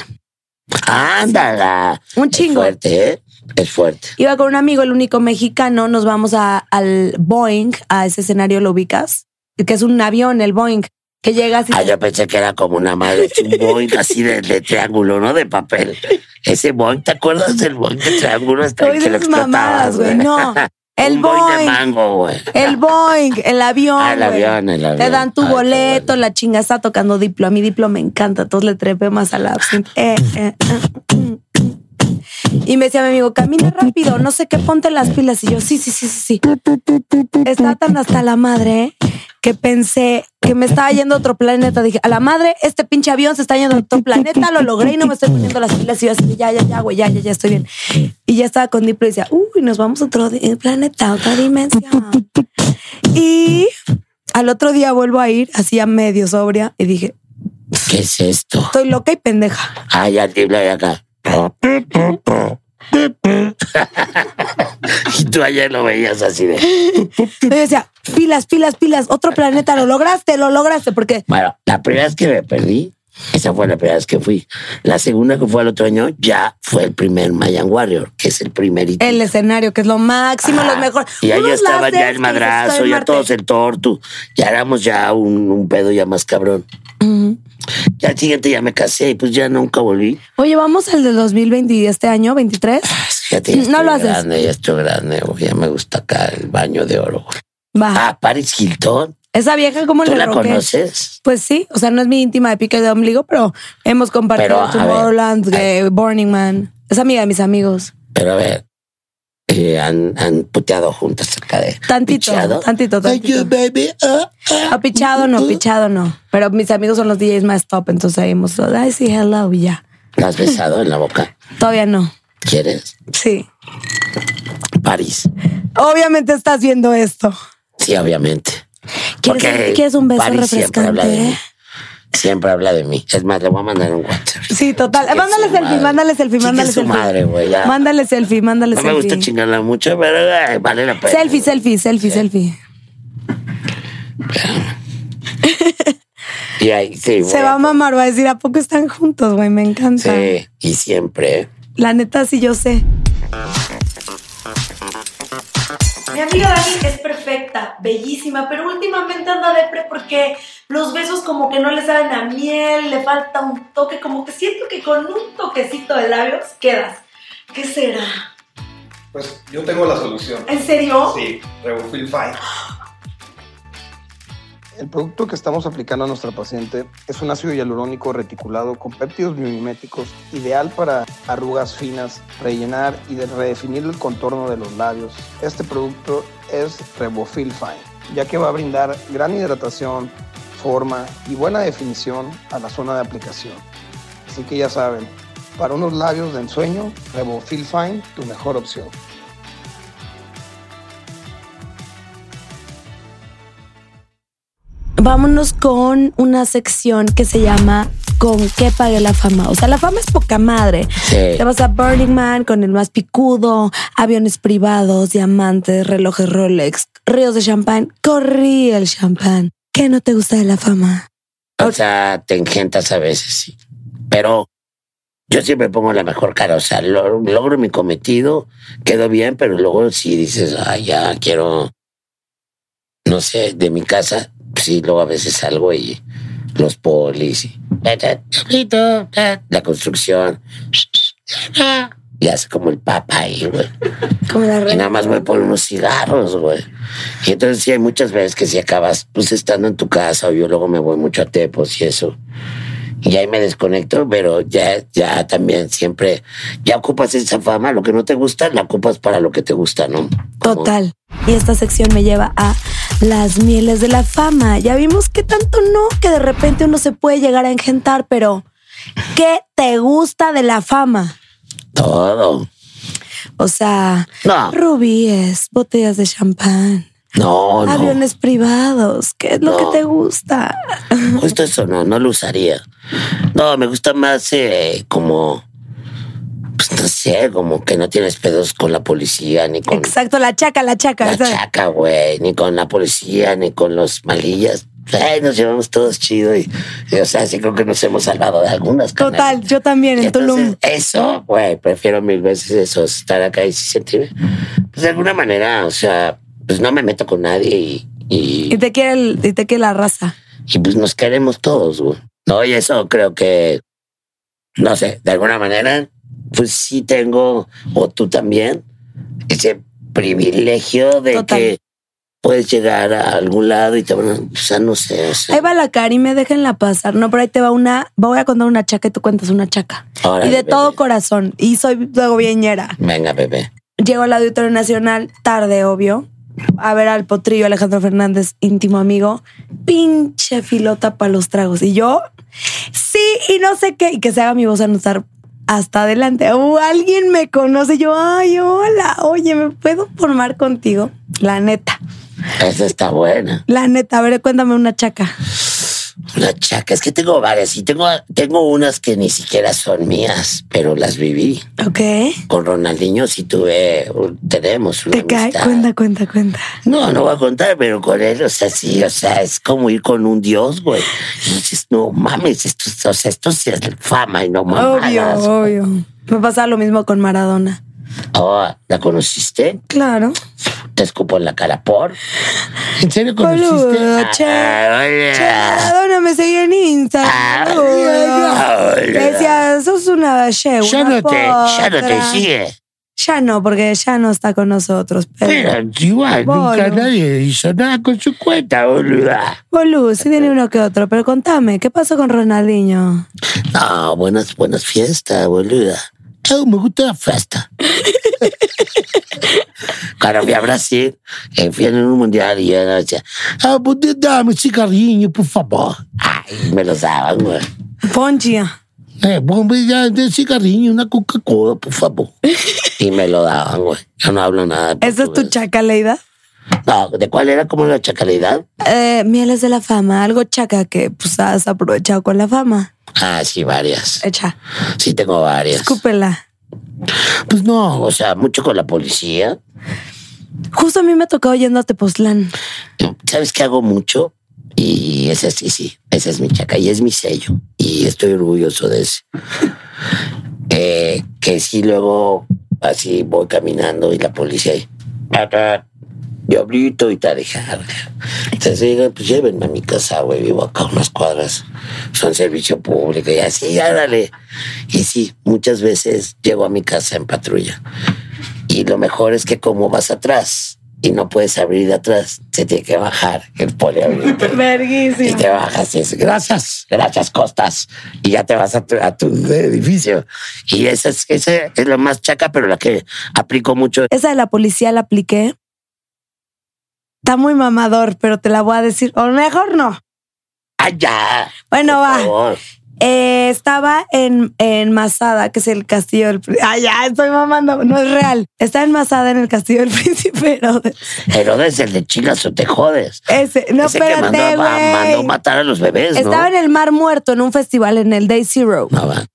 Speaker 4: ándala.
Speaker 3: Ah, Un chingo.
Speaker 4: Es fuerte, ¿eh? Es fuerte.
Speaker 3: Iba con un amigo, el único mexicano, nos vamos a- al Boeing, a ese escenario lo ubicas, que es un avión, el Boeing, que llegas y...
Speaker 4: Ah, yo pensé que era como una madre, un boing así de, de triángulo, no de papel. Ese boing, ¿te acuerdas del boing de triángulo? Hasta
Speaker 3: Te
Speaker 4: que lo
Speaker 3: dices
Speaker 4: explotabas,
Speaker 3: mamadas, güey, no. El
Speaker 4: un boing de
Speaker 3: Boeing,
Speaker 4: mango, güey.
Speaker 3: el Boeing, el avión.
Speaker 4: Ah, el
Speaker 3: güey.
Speaker 4: avión, el avión.
Speaker 3: Te dan tu
Speaker 4: Ay, qué
Speaker 3: boleto,
Speaker 4: bueno.
Speaker 3: la chinga está tocando diplo. A mí diplo me encanta, entonces le trepé más al absinthe. Eh, eh, eh, mm, mm. Y me decía mi amigo, camina rápido, no sé qué, ponte las pilas. Y yo, sí, sí, sí, sí, sí. Estaba tan hasta la madre que pensé que me estaba yendo a otro planeta. Dije, a la madre, este pinche avión se está yendo a otro planeta, lo logré y no me estoy poniendo las pilas. Y yo así, ya, ya, ya, güey, ya, ya, ya, estoy bien. Y ya estaba con Diplo y decía, uy, nos vamos a otro di- planeta, a otra dimensión. Y al otro día vuelvo a ir, así a medio sobria, y dije,
Speaker 4: ¿Qué es esto?
Speaker 3: estoy loca y pendeja.
Speaker 4: Ah, ya el tible de acá. y tú ayer lo veías así de.
Speaker 3: Y yo decía, pilas, pilas, pilas, otro planeta, lo lograste, lo lograste, porque
Speaker 4: Bueno, la primera vez que me perdí, esa fue la primera vez que fui. La segunda que fue al otro año ya fue el primer Mayan Warrior, que es el primerito.
Speaker 3: el escenario, que es lo máximo,
Speaker 4: Ajá.
Speaker 3: lo mejor.
Speaker 4: Ah, Y ahí
Speaker 3: Unos
Speaker 4: estaba
Speaker 3: láseres
Speaker 4: ya el
Speaker 3: que dices, estoy
Speaker 4: madrazo,
Speaker 3: en
Speaker 4: ya
Speaker 3: Marte.
Speaker 4: todos el tortu. Ya éramos ya un, un pedo ya más cabrón.
Speaker 3: Ujú.
Speaker 4: Ya al siguiente ya me casé y pues ya nunca volví.
Speaker 3: Oye, vamos al de 2020 y este año, 23.
Speaker 4: Fíjate, ya
Speaker 3: No
Speaker 4: estoy
Speaker 3: lo haces.
Speaker 4: grande, ya estoy grande, güey, ya me gusta acá el baño de oro. güey.
Speaker 3: Va.
Speaker 4: Ah, Paris Hilton.
Speaker 3: Esa vieja, ¿cómo
Speaker 4: ¿Tú
Speaker 3: le
Speaker 4: la
Speaker 3: roqué?
Speaker 4: conoces?
Speaker 3: Pues sí, o sea, no es mi íntima de pique de ombligo, pero hemos
Speaker 4: Pero,
Speaker 3: compartido
Speaker 4: a ver,
Speaker 3: Tomorrowland, eh, Burning Man. Es amiga de mis amigos.
Speaker 4: Pero a ver, eh, han, han puteado juntas acá de.
Speaker 3: Tantito,
Speaker 4: ¿Pichado?
Speaker 3: tantito,
Speaker 5: Thank
Speaker 3: tantito.
Speaker 5: you, baby. Ah, ah.
Speaker 3: Ah, pichado no, pichado no. Pero mis amigos son los DJs más top, entonces ahí hemos dado, ay, sí, hello, y ya.
Speaker 4: ¿La has besado en la boca?
Speaker 3: Todavía no.
Speaker 4: ¿Quieres?
Speaker 3: Sí.
Speaker 4: París.
Speaker 3: Obviamente estás viendo esto.
Speaker 4: Sí, obviamente.
Speaker 3: ¿Quieres,
Speaker 4: Porque
Speaker 3: un, quieres un beso
Speaker 4: Paris siempre habla de
Speaker 3: refrescante?
Speaker 4: mí. Siempre habla de mí. Es más, le voy a mandar un WhatsApp.
Speaker 3: Sí, total. Eh,
Speaker 4: Chique
Speaker 3: mándale
Speaker 4: su
Speaker 3: selfie,
Speaker 4: madre.
Speaker 3: mándale selfie,
Speaker 4: Chique
Speaker 3: mándale
Speaker 4: su
Speaker 3: selfie.
Speaker 4: madre, güey. ya.
Speaker 3: Mándale selfie, mándale
Speaker 4: No me
Speaker 3: selfie.
Speaker 4: gusta chingarla mucho, pero ay, vale la pena.
Speaker 3: selfie, selfie, selfie, selfie.
Speaker 4: Y ahí sí,
Speaker 3: Se
Speaker 4: voy
Speaker 3: va a mamar, va a decir, ¿a poco están juntos, güey? Me encanta.
Speaker 4: Sí, y siempre. ¿eh?
Speaker 3: La neta, sí, yo sé. Mi amiga Dani es perfecta.
Speaker 6: perfecta, bellísima, pero últimamente anda depre porque los besos como que no le saben a miel, le falta un toque, como que siento que con un toquecito de labios quedas. ¿Qué será?
Speaker 7: Pues yo tengo la solución.
Speaker 6: ¿En serio?
Speaker 7: Sí, Rebufil Fine. El producto que estamos aplicando a nuestra paciente es un ácido hialurónico reticulado con péptidos biomiméticos, ideal para arrugas finas, rellenar y de- redefinir el contorno de los labios. Este producto es Rebofil Fine, ya que va a brindar gran hidratación, forma y buena definición a la zona de aplicación. Así que ya saben, para unos labios de ensueño, Rebofil Fine, tu mejor opción.
Speaker 3: Vámonos con una sección que se llama ¿Con qué pagué la fama? O sea, la fama es poca madre.
Speaker 4: Sí.
Speaker 3: Te vas a Burning Man con el más picudo, aviones privados, diamantes, relojes Rolex, ríos de champán. Corrí el champán. ¿Qué no te gusta de la fama?
Speaker 4: O sea, te engentas a veces, sí. Pero yo siempre pongo la mejor cara. O sea, lo- logro mi cometido, quedo bien, pero luego si dices, ay, ya quiero, no sé, de mi casa, sí, luego a veces salgo y los polis y ta, ta, tablito, ta, la construcción. Y hace como el papá ahí, güey.
Speaker 3: Como la
Speaker 4: Y
Speaker 3: reina.
Speaker 4: nada más voy por unos cigarros, güey. Y entonces sí hay muchas veces que si acabas, pues estando en tu casa, o yo luego me voy mucho a Tepos y eso. Y ahí me desconecto, pero ya, ya también siempre, ya ocupas esa fama, lo que no te gusta, la ocupas para lo que te gusta, ¿no? Como-
Speaker 3: Total. Y esta sección me lleva a las mieles de la fama. Ya vimos que tanto no, que de repente uno se puede llegar a engentar, pero ¿qué te gusta de la fama?
Speaker 4: Todo.
Speaker 3: O sea,
Speaker 4: No,
Speaker 3: rubíes, botellas de champán,
Speaker 4: no, no.
Speaker 3: aviones privados, ¿qué es lo
Speaker 4: No.
Speaker 3: que te gusta?
Speaker 4: Justo eso no, no lo usaría. No, me gusta más eh, como, pues no sé, como que no tienes pedos con la policía ni con
Speaker 3: Exacto, la chaca, la chaca.
Speaker 4: La
Speaker 3: o sea,
Speaker 4: chaca, güey, ni con la policía, ni con los malillas. Ay, nos llevamos todos chido y, y, o sea, sí creo que nos hemos salvado de algunas. carnal.
Speaker 3: Total, yo también
Speaker 4: Y
Speaker 3: en Tulum.
Speaker 4: entonces, eso, güey, prefiero mil veces eso, estar acá y sentirme. Pues de alguna manera, o sea, pues no me meto con nadie y, y,
Speaker 3: Y te quiere el- y te quiere la raza.
Speaker 4: y, pues nos queremos todos, güey. No, y eso creo que, no sé, de alguna manera, pues sí tengo, o tú también, ese privilegio de
Speaker 3: Total.
Speaker 4: que puedes llegar a algún lado y te van a, o sea, no sé. o sea,
Speaker 3: Ahí va la Cari, me déjenla pasar. No, pero ahí te va una. Voy a contar una chaca y tú cuentas una chaca.
Speaker 4: órale,
Speaker 3: y de
Speaker 4: bebé.
Speaker 3: todo corazón. Y soy luego viñera.
Speaker 4: Venga, bebé.
Speaker 3: Llego al Auditorio Nacional, tarde, obvio, a ver al potrillo Alejandro Fernández, íntimo amigo. Pinche filota para los tragos. Y yo, sí, y no sé qué. Y que se haga mi voz anotar hasta adelante. O alguien me conoce. Yo, ay, hola, oye, ¿me puedo formar contigo? La neta,
Speaker 4: Esa está buena.
Speaker 3: la neta. A ver, cuéntame una chaca.
Speaker 4: Una chaca. Es que tengo varias y tengo, tengo unas que ni siquiera son mías, pero las viví.
Speaker 3: Ok.
Speaker 4: Con Ronaldinho sí tuve, tenemos una
Speaker 3: Te cae.
Speaker 4: amistad.
Speaker 3: Cuenta, cuenta, cuenta.
Speaker 4: No, no voy a contar, pero con él, o sea, sí, o sea, es como ir con un dios, güey. Y dices, no mames, esto, es- o sea, esto sí es fama y no
Speaker 3: Obvio,
Speaker 4: mamadas.
Speaker 3: obvio. Me pasa lo mismo con Maradona.
Speaker 4: Oh, ¿la conociste?
Speaker 3: Claro.
Speaker 4: Te escupo en la cara por.
Speaker 5: ¿En serio
Speaker 3: Boludo, che.
Speaker 4: Ah, oye.
Speaker 3: Che, Maradona me seguía en
Speaker 4: Ah,
Speaker 3: Instagram. boludo.
Speaker 4: oye.
Speaker 3: Me Decía, sos una che,
Speaker 4: Ya
Speaker 3: una
Speaker 4: no te, ya no te
Speaker 3: potra".
Speaker 4: sigue.
Speaker 3: Ya no, porque ya no está con nosotros. Pero,
Speaker 4: Pero igual, nunca
Speaker 3: Boludo.
Speaker 4: nadie hizo nada con su cuenta, boluda.
Speaker 3: boludo, sí tiene uno que otro. Pero contame, ¿qué pasó con Ronaldinho?
Speaker 4: No, buenas, buenas fiestas, boluda. Oh, me gusta la fiesta. Cuando fui a Brasil, eh, fui en un mundial y yo decía, pues
Speaker 5: Ah, ¿puedes darme un cigarrillo, por favor?
Speaker 4: ay, me los daban, güey.
Speaker 3: Ponchia.
Speaker 5: Eh, ponme ya un cigarrillo, una Coca-Cola, por favor.
Speaker 4: Y me lo daban, güey. Yo no hablo nada. de
Speaker 3: ¿Esa es tu
Speaker 4: portugués.
Speaker 3: chaca, Leida?
Speaker 4: No, ¿de cuál era como la chacalidad?
Speaker 3: Eh, mieles de la fama, algo chaca que pues has aprovechado con la fama.
Speaker 4: Ah, sí, varias.
Speaker 3: Echa,
Speaker 4: Sí, tengo varias.
Speaker 3: escúpela.
Speaker 4: Pues no, o sea, mucho con la policía.
Speaker 3: Justo a mí me tocó yendo a Tepoztlán.
Speaker 4: ¿Sabes qué hago mucho? Y esa sí, sí, esa es mi chaca y es mi sello. Y estoy orgulloso de eso. Eh, que sí, luego así voy caminando y la policía ahí, ta, ta, Diablito y Tarija. Entonces digo, pues llévenme a mi casa, güey, vivo acá unas cuadras, son servicio público y así, árale. Y sí, muchas veces llego a mi casa en patrulla. Y lo mejor es que como vas atrás y no puedes abrir de atrás, se tiene que bajar el poliabrito. Y
Speaker 6: Verguísimo.
Speaker 4: te bajas y dices, gracias, gracias Costas. Y ya te vas a tu, a tu edificio. Y esa es, esa es la más chaca, pero la que aplico mucho.
Speaker 3: Esa de la policía la apliqué. Está muy mamador, pero te la voy a decir. O mejor no.
Speaker 4: ¡Ay, ya!
Speaker 3: Bueno,
Speaker 4: Por
Speaker 3: va.
Speaker 4: favor.
Speaker 3: Eh, estaba en, en Masada, que es el castillo del príncipe. Ah, ya, estoy mamando, no es real. Estaba en Masada en el castillo del príncipe Herodes.
Speaker 4: Herodes, el de Chilas, o te jodes.
Speaker 3: Ese, no,
Speaker 4: Ese que mandó,
Speaker 3: espérate,
Speaker 4: a- mandó
Speaker 3: güey.
Speaker 4: matar a los bebés,
Speaker 3: Estaba en el Mar Muerto en un festival en el Day Zero.
Speaker 4: ¿no? No, va.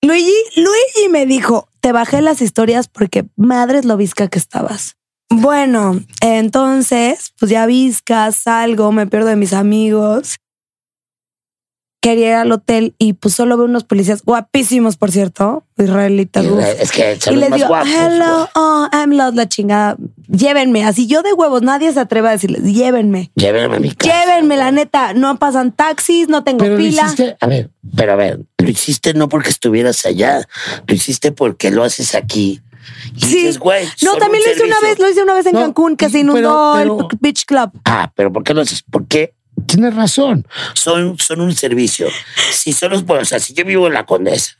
Speaker 3: Luigi, Luigi me dijo, te bajé las historias porque madres lo visca que estabas. Bueno, entonces, pues ya visca, salgo, me pierdo de mis amigos. Quería ir al hotel y pues solo veo unos policías guapísimos, por cierto, israelitas.
Speaker 4: Y
Speaker 3: uf.
Speaker 4: la- es que
Speaker 3: Y
Speaker 4: son los
Speaker 3: les
Speaker 4: más
Speaker 3: digo,
Speaker 4: guapos. güey.
Speaker 3: hello, oh, I'm lost, la chingada. Llévenme, así yo de huevos, nadie se atreve a decirles, llévenme.
Speaker 4: Llévenme a mi casa.
Speaker 3: Llévenme, la neta, no pasan taxis, no tengo
Speaker 4: Pero lo
Speaker 3: pila.
Speaker 4: hiciste,
Speaker 5: ah,
Speaker 4: a ver, pero a ver, lo hiciste no porque estuvieras allá, lo hiciste porque lo haces aquí. Y
Speaker 3: Sí.
Speaker 4: dices, güey,
Speaker 3: No,
Speaker 4: solo
Speaker 3: también
Speaker 4: un
Speaker 3: lo hice una
Speaker 4: servicio.
Speaker 3: vez, lo hice una vez en
Speaker 5: No,
Speaker 3: Cancún, que se
Speaker 5: y- pero-
Speaker 3: inundó
Speaker 5: pero-
Speaker 3: el Beach Club.
Speaker 4: Ah, pero ¿por qué lo haces? Porque
Speaker 5: Tienes razón.
Speaker 4: son, son un servicio. Si son los pueblos, o sea, si yo vivo en la Condesa,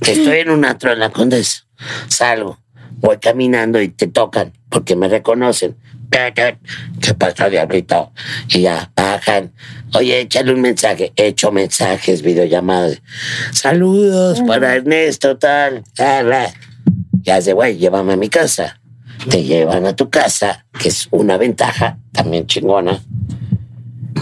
Speaker 4: que estoy en un atro en la Condesa, salgo, voy caminando y te tocan porque me reconocen. Tac, tac. ¿Qué pasó, diablito? Y ya, bajan. Oye, échale un mensaje. He hecho mensajes, videollamadas. Saludos para Ernesto, tal. tal, tal. Y hace, güey, llévame a mi casa. Te llevan a tu casa, que es una ventaja también chingona.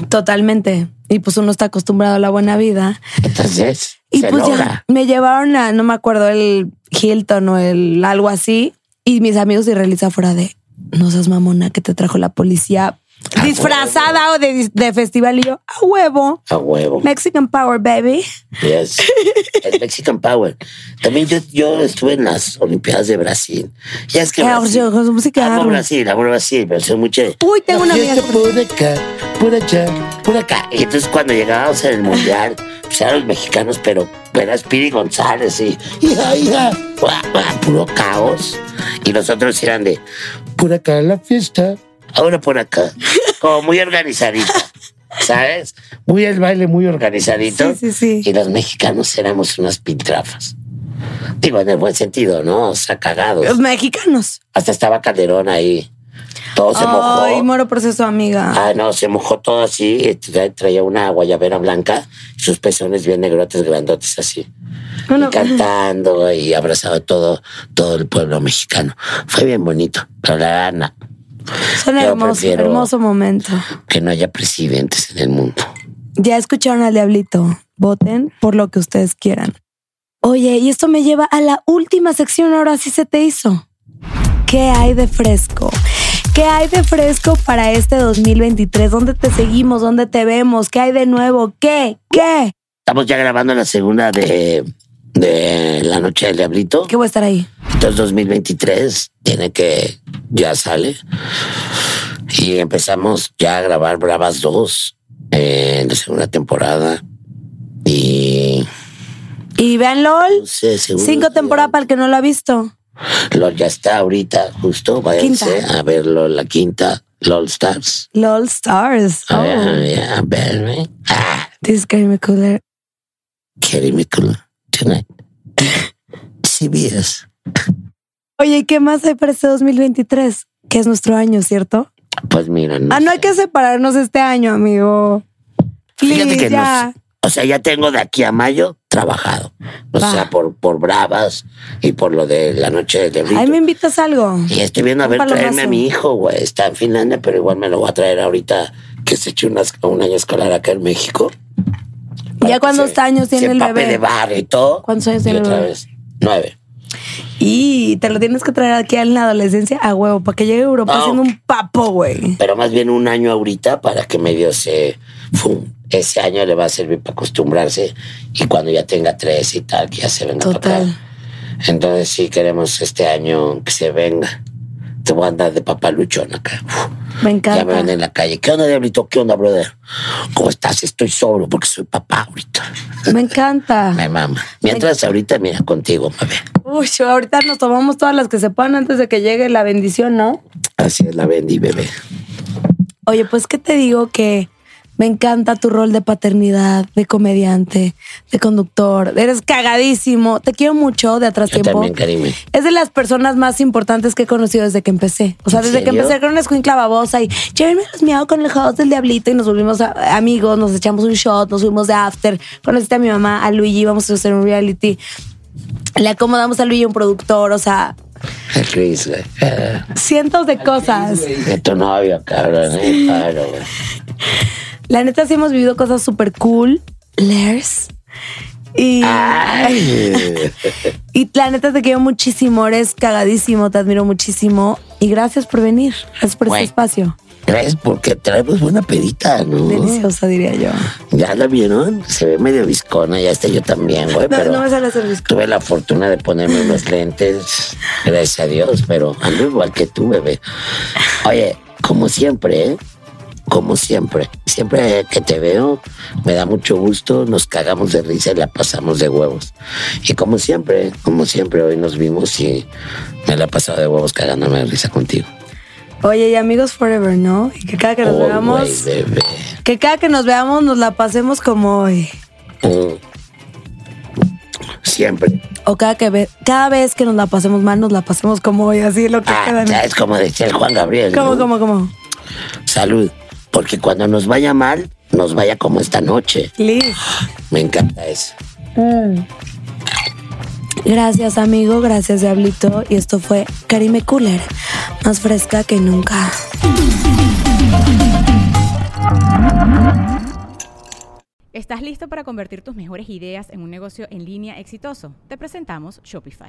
Speaker 3: Totalmente. Y pues uno está acostumbrado a la buena vida.
Speaker 4: Entonces,
Speaker 3: Y
Speaker 4: se
Speaker 3: pues
Speaker 4: logra.
Speaker 3: ya me llevaron a, no me acuerdo, el Hilton o el algo así. Y mis amigos israelíes afuera de, no seas mamona que te trajo la policía disfrazada o de, de festival. Y yo, a huevo,
Speaker 4: A huevo.
Speaker 3: Mexican Power, baby.
Speaker 4: Yes. El Mexican Power. También yo, yo estuve en las Olimpiadas de Brasil. Ya es que.
Speaker 3: Ah,
Speaker 4: Brasil,
Speaker 3: o sea, con su música
Speaker 4: amo
Speaker 3: árabe.
Speaker 4: Brasil, amo Brasil, pero soy mucho. de-
Speaker 3: Uy, tengo una
Speaker 5: Y
Speaker 3: amiga.
Speaker 4: este
Speaker 5: esto por acá, por allá.
Speaker 4: Por acá. Y entonces cuando llegábamos en el Mundial, pues eran los mexicanos, pero era Speedy González y.
Speaker 5: Hija, hija.
Speaker 4: ¡guau, guau! Puro caos. Y los otros eran de.
Speaker 5: Por acá la fiesta.
Speaker 4: Ahora por acá. Como muy organizadito. ¿Sabes? Muy el baile, muy organizadito.
Speaker 3: Sí, sí, sí.
Speaker 4: Y los mexicanos éramos unas pintrafas. Digo, en el buen sentido, ¿no? O sea, cagados.
Speaker 3: Los mexicanos.
Speaker 4: Hasta estaba Calderón ahí. Todo se
Speaker 3: Ay,
Speaker 4: mojó.
Speaker 3: moro proceso, amiga.
Speaker 4: Ah, no, se mojó todo así. eh, tra- Traía una guayabera blanca y sus pezones bien negrotes, grandotes así.
Speaker 3: Bueno,
Speaker 4: Y cantando y abrazado todo, todo el pueblo mexicano. Fue bien bonito. Pero la verdad, no,
Speaker 3: son
Speaker 4: yo
Speaker 3: hermosos,
Speaker 4: prefiero-
Speaker 3: hermoso momento.
Speaker 4: que no haya presidentes en el mundo.
Speaker 3: Ya escucharon al diablito. Voten por lo que ustedes quieran. Oye, y esto me lleva a la última sección. Ahora sí se te hizo. ¿Qué hay de fresco? ¿Qué hay de fresco para este 2023? ¿Dónde te seguimos? ¿Dónde te vemos? ¿Qué hay de nuevo? ¿Qué? ¿Qué?
Speaker 4: Estamos ya grabando la segunda de, de La Noche del Diablito.
Speaker 3: ¿Qué voy a estar ahí?
Speaker 4: Entonces 2023 tiene que, ya sale. Y empezamos ya a grabar Bravas 2 eh, en la segunda temporada. Y...
Speaker 3: Y vean LOL.
Speaker 4: no sé, seguro
Speaker 3: Cinco
Speaker 4: que
Speaker 3: temporadas para el que no lo ha visto.
Speaker 4: LOL ya está ahorita, justo. Váyanse
Speaker 3: Quinta.
Speaker 4: a ver LOL, la quinta, LOL Stars.
Speaker 3: LOL Stars.
Speaker 4: A ver, a
Speaker 3: Oh.
Speaker 4: ver, a verme. Ah,
Speaker 3: This is Gary McCuller.
Speaker 4: Kerry McCullough, tonight. CBS.
Speaker 3: Oye, ¿y qué más hay para este 2023? Que es nuestro año, ¿cierto?
Speaker 4: Pues mira,
Speaker 3: Ah, no hay
Speaker 4: sé.
Speaker 3: que separarnos este año, amigo. Please,
Speaker 4: Fíjate que
Speaker 3: ya.
Speaker 4: nos- o sea, ya tengo de aquí a mayo trabajado. O
Speaker 3: Va.
Speaker 4: sea, por, por bravas y por lo de la noche de
Speaker 3: Ahí
Speaker 4: Rito.
Speaker 3: me invitas algo.
Speaker 4: Y estoy viendo a
Speaker 3: un
Speaker 4: ver traerme a
Speaker 3: palomazo.
Speaker 4: mi hijo, güey. Está en Finlandia, pero igual me lo voy a traer ahorita que se eche unas- un año escolar acá en México. Para
Speaker 3: ¿Ya
Speaker 4: que
Speaker 3: cuántos
Speaker 4: se-
Speaker 3: años
Speaker 4: se
Speaker 3: tiene el
Speaker 4: empape
Speaker 3: bebé?
Speaker 4: de barro y todo.
Speaker 3: ¿Cuántos años
Speaker 4: Y
Speaker 3: tiene el
Speaker 4: otra
Speaker 3: bebé?
Speaker 4: vez, nueve.
Speaker 3: Y te lo tienes que traer aquí en la adolescencia a huevo, para que llegue a Europa
Speaker 4: No.
Speaker 3: siendo un papo, güey.
Speaker 4: Pero más bien un año ahorita para que medio se... Fum, ese año le va a servir para acostumbrarse y cuando ya tenga tres y tal, que ya se venga para acá.
Speaker 3: Total.
Speaker 4: Entonces sí queremos este año que se venga. te voy a andar de papaluchón acá. Uf.
Speaker 3: Me
Speaker 4: Ya me ven
Speaker 3: encanta.
Speaker 4: en la calle. ¿Qué onda, Diablito? ¿Qué onda, brother? ¿Cómo estás? Estoy sobrio porque soy papá ahorita.
Speaker 3: Me encanta.
Speaker 4: Me mama. Mientras ahorita, mira, contigo, mami.
Speaker 3: Uy, ahorita nos tomamos todas las que se puedan antes de que llegue la bendición, ¿no?
Speaker 4: Así es la Bendy, bebé.
Speaker 3: Oye, pues qué te digo que me encanta tu rol de paternidad, de comediante, de conductor. Eres cagadísimo. Te quiero mucho de atrás
Speaker 4: Yo
Speaker 3: tiempo.
Speaker 4: también, Karime.
Speaker 3: Es de las personas más importantes que he conocido desde que empecé. O sea,
Speaker 4: ¿En
Speaker 3: desde que
Speaker 4: serio?
Speaker 3: empecé con una escuincla babosa y llévenme los miau con el house del diablito y nos volvimos a- amigos, nos echamos un shot, nos fuimos de after. Conociste a mi mamá, a Luigi, vamos a hacer un reality. Le acomodamos a Luigi un productor, o sea,
Speaker 4: Chris, güey. Ah,
Speaker 3: cientos de cosas.
Speaker 4: De tu novio, cabrón. eh, Claro, güey.
Speaker 3: La neta sí hemos vivido cosas súper cool, Lers. Y,
Speaker 4: Ay.
Speaker 3: y la neta te quiero muchísimo, eres cagadísimo, te admiro muchísimo. Y gracias por venir, gracias por
Speaker 4: Güey.
Speaker 3: este espacio.
Speaker 4: ¿Crees? Porque traemos buena pedita, ¿no?
Speaker 3: Deliciosa, diría yo.
Speaker 4: Ya la vieron. Se ve medio viscona. Ya está yo también, güey.
Speaker 3: No,
Speaker 4: pero
Speaker 3: no me sale hacer disco.
Speaker 4: tuve la fortuna de ponerme unos lentes. Gracias a Dios. Pero ando igual que tú, bebé. Oye, como siempre, ¿eh? Como siempre. Siempre que te veo, me da mucho gusto. Nos cagamos de risa y la pasamos de huevos. Y como siempre, como siempre, hoy nos vimos y me la he pasado de huevos cagándome de risa contigo.
Speaker 3: Oye, y amigos forever, ¿no? Y que cada que nos
Speaker 4: Oh,
Speaker 3: veamos,
Speaker 4: güey, bebé.
Speaker 3: que cada que nos veamos nos la pasemos como hoy.
Speaker 4: Mm. Siempre.
Speaker 3: O cada que ve- cada vez que nos la pasemos mal, nos la pasemos como hoy, así lo que
Speaker 4: Ah,
Speaker 3: queda. ¿no?
Speaker 4: es como decía el Juan Gabriel. ¿no?
Speaker 3: ¿Cómo, cómo, cómo?
Speaker 4: Salud. Porque cuando nos vaya mal, nos vaya como esta noche.
Speaker 3: Liz.
Speaker 4: Me encanta eso.
Speaker 3: Mm. Gracias, amigo. Gracias, Diablito. Y esto fue Karime Cooler, más fresca que nunca.
Speaker 2: ¿Estás listo para convertir tus mejores ideas en un negocio en línea exitoso? Te presentamos Shopify.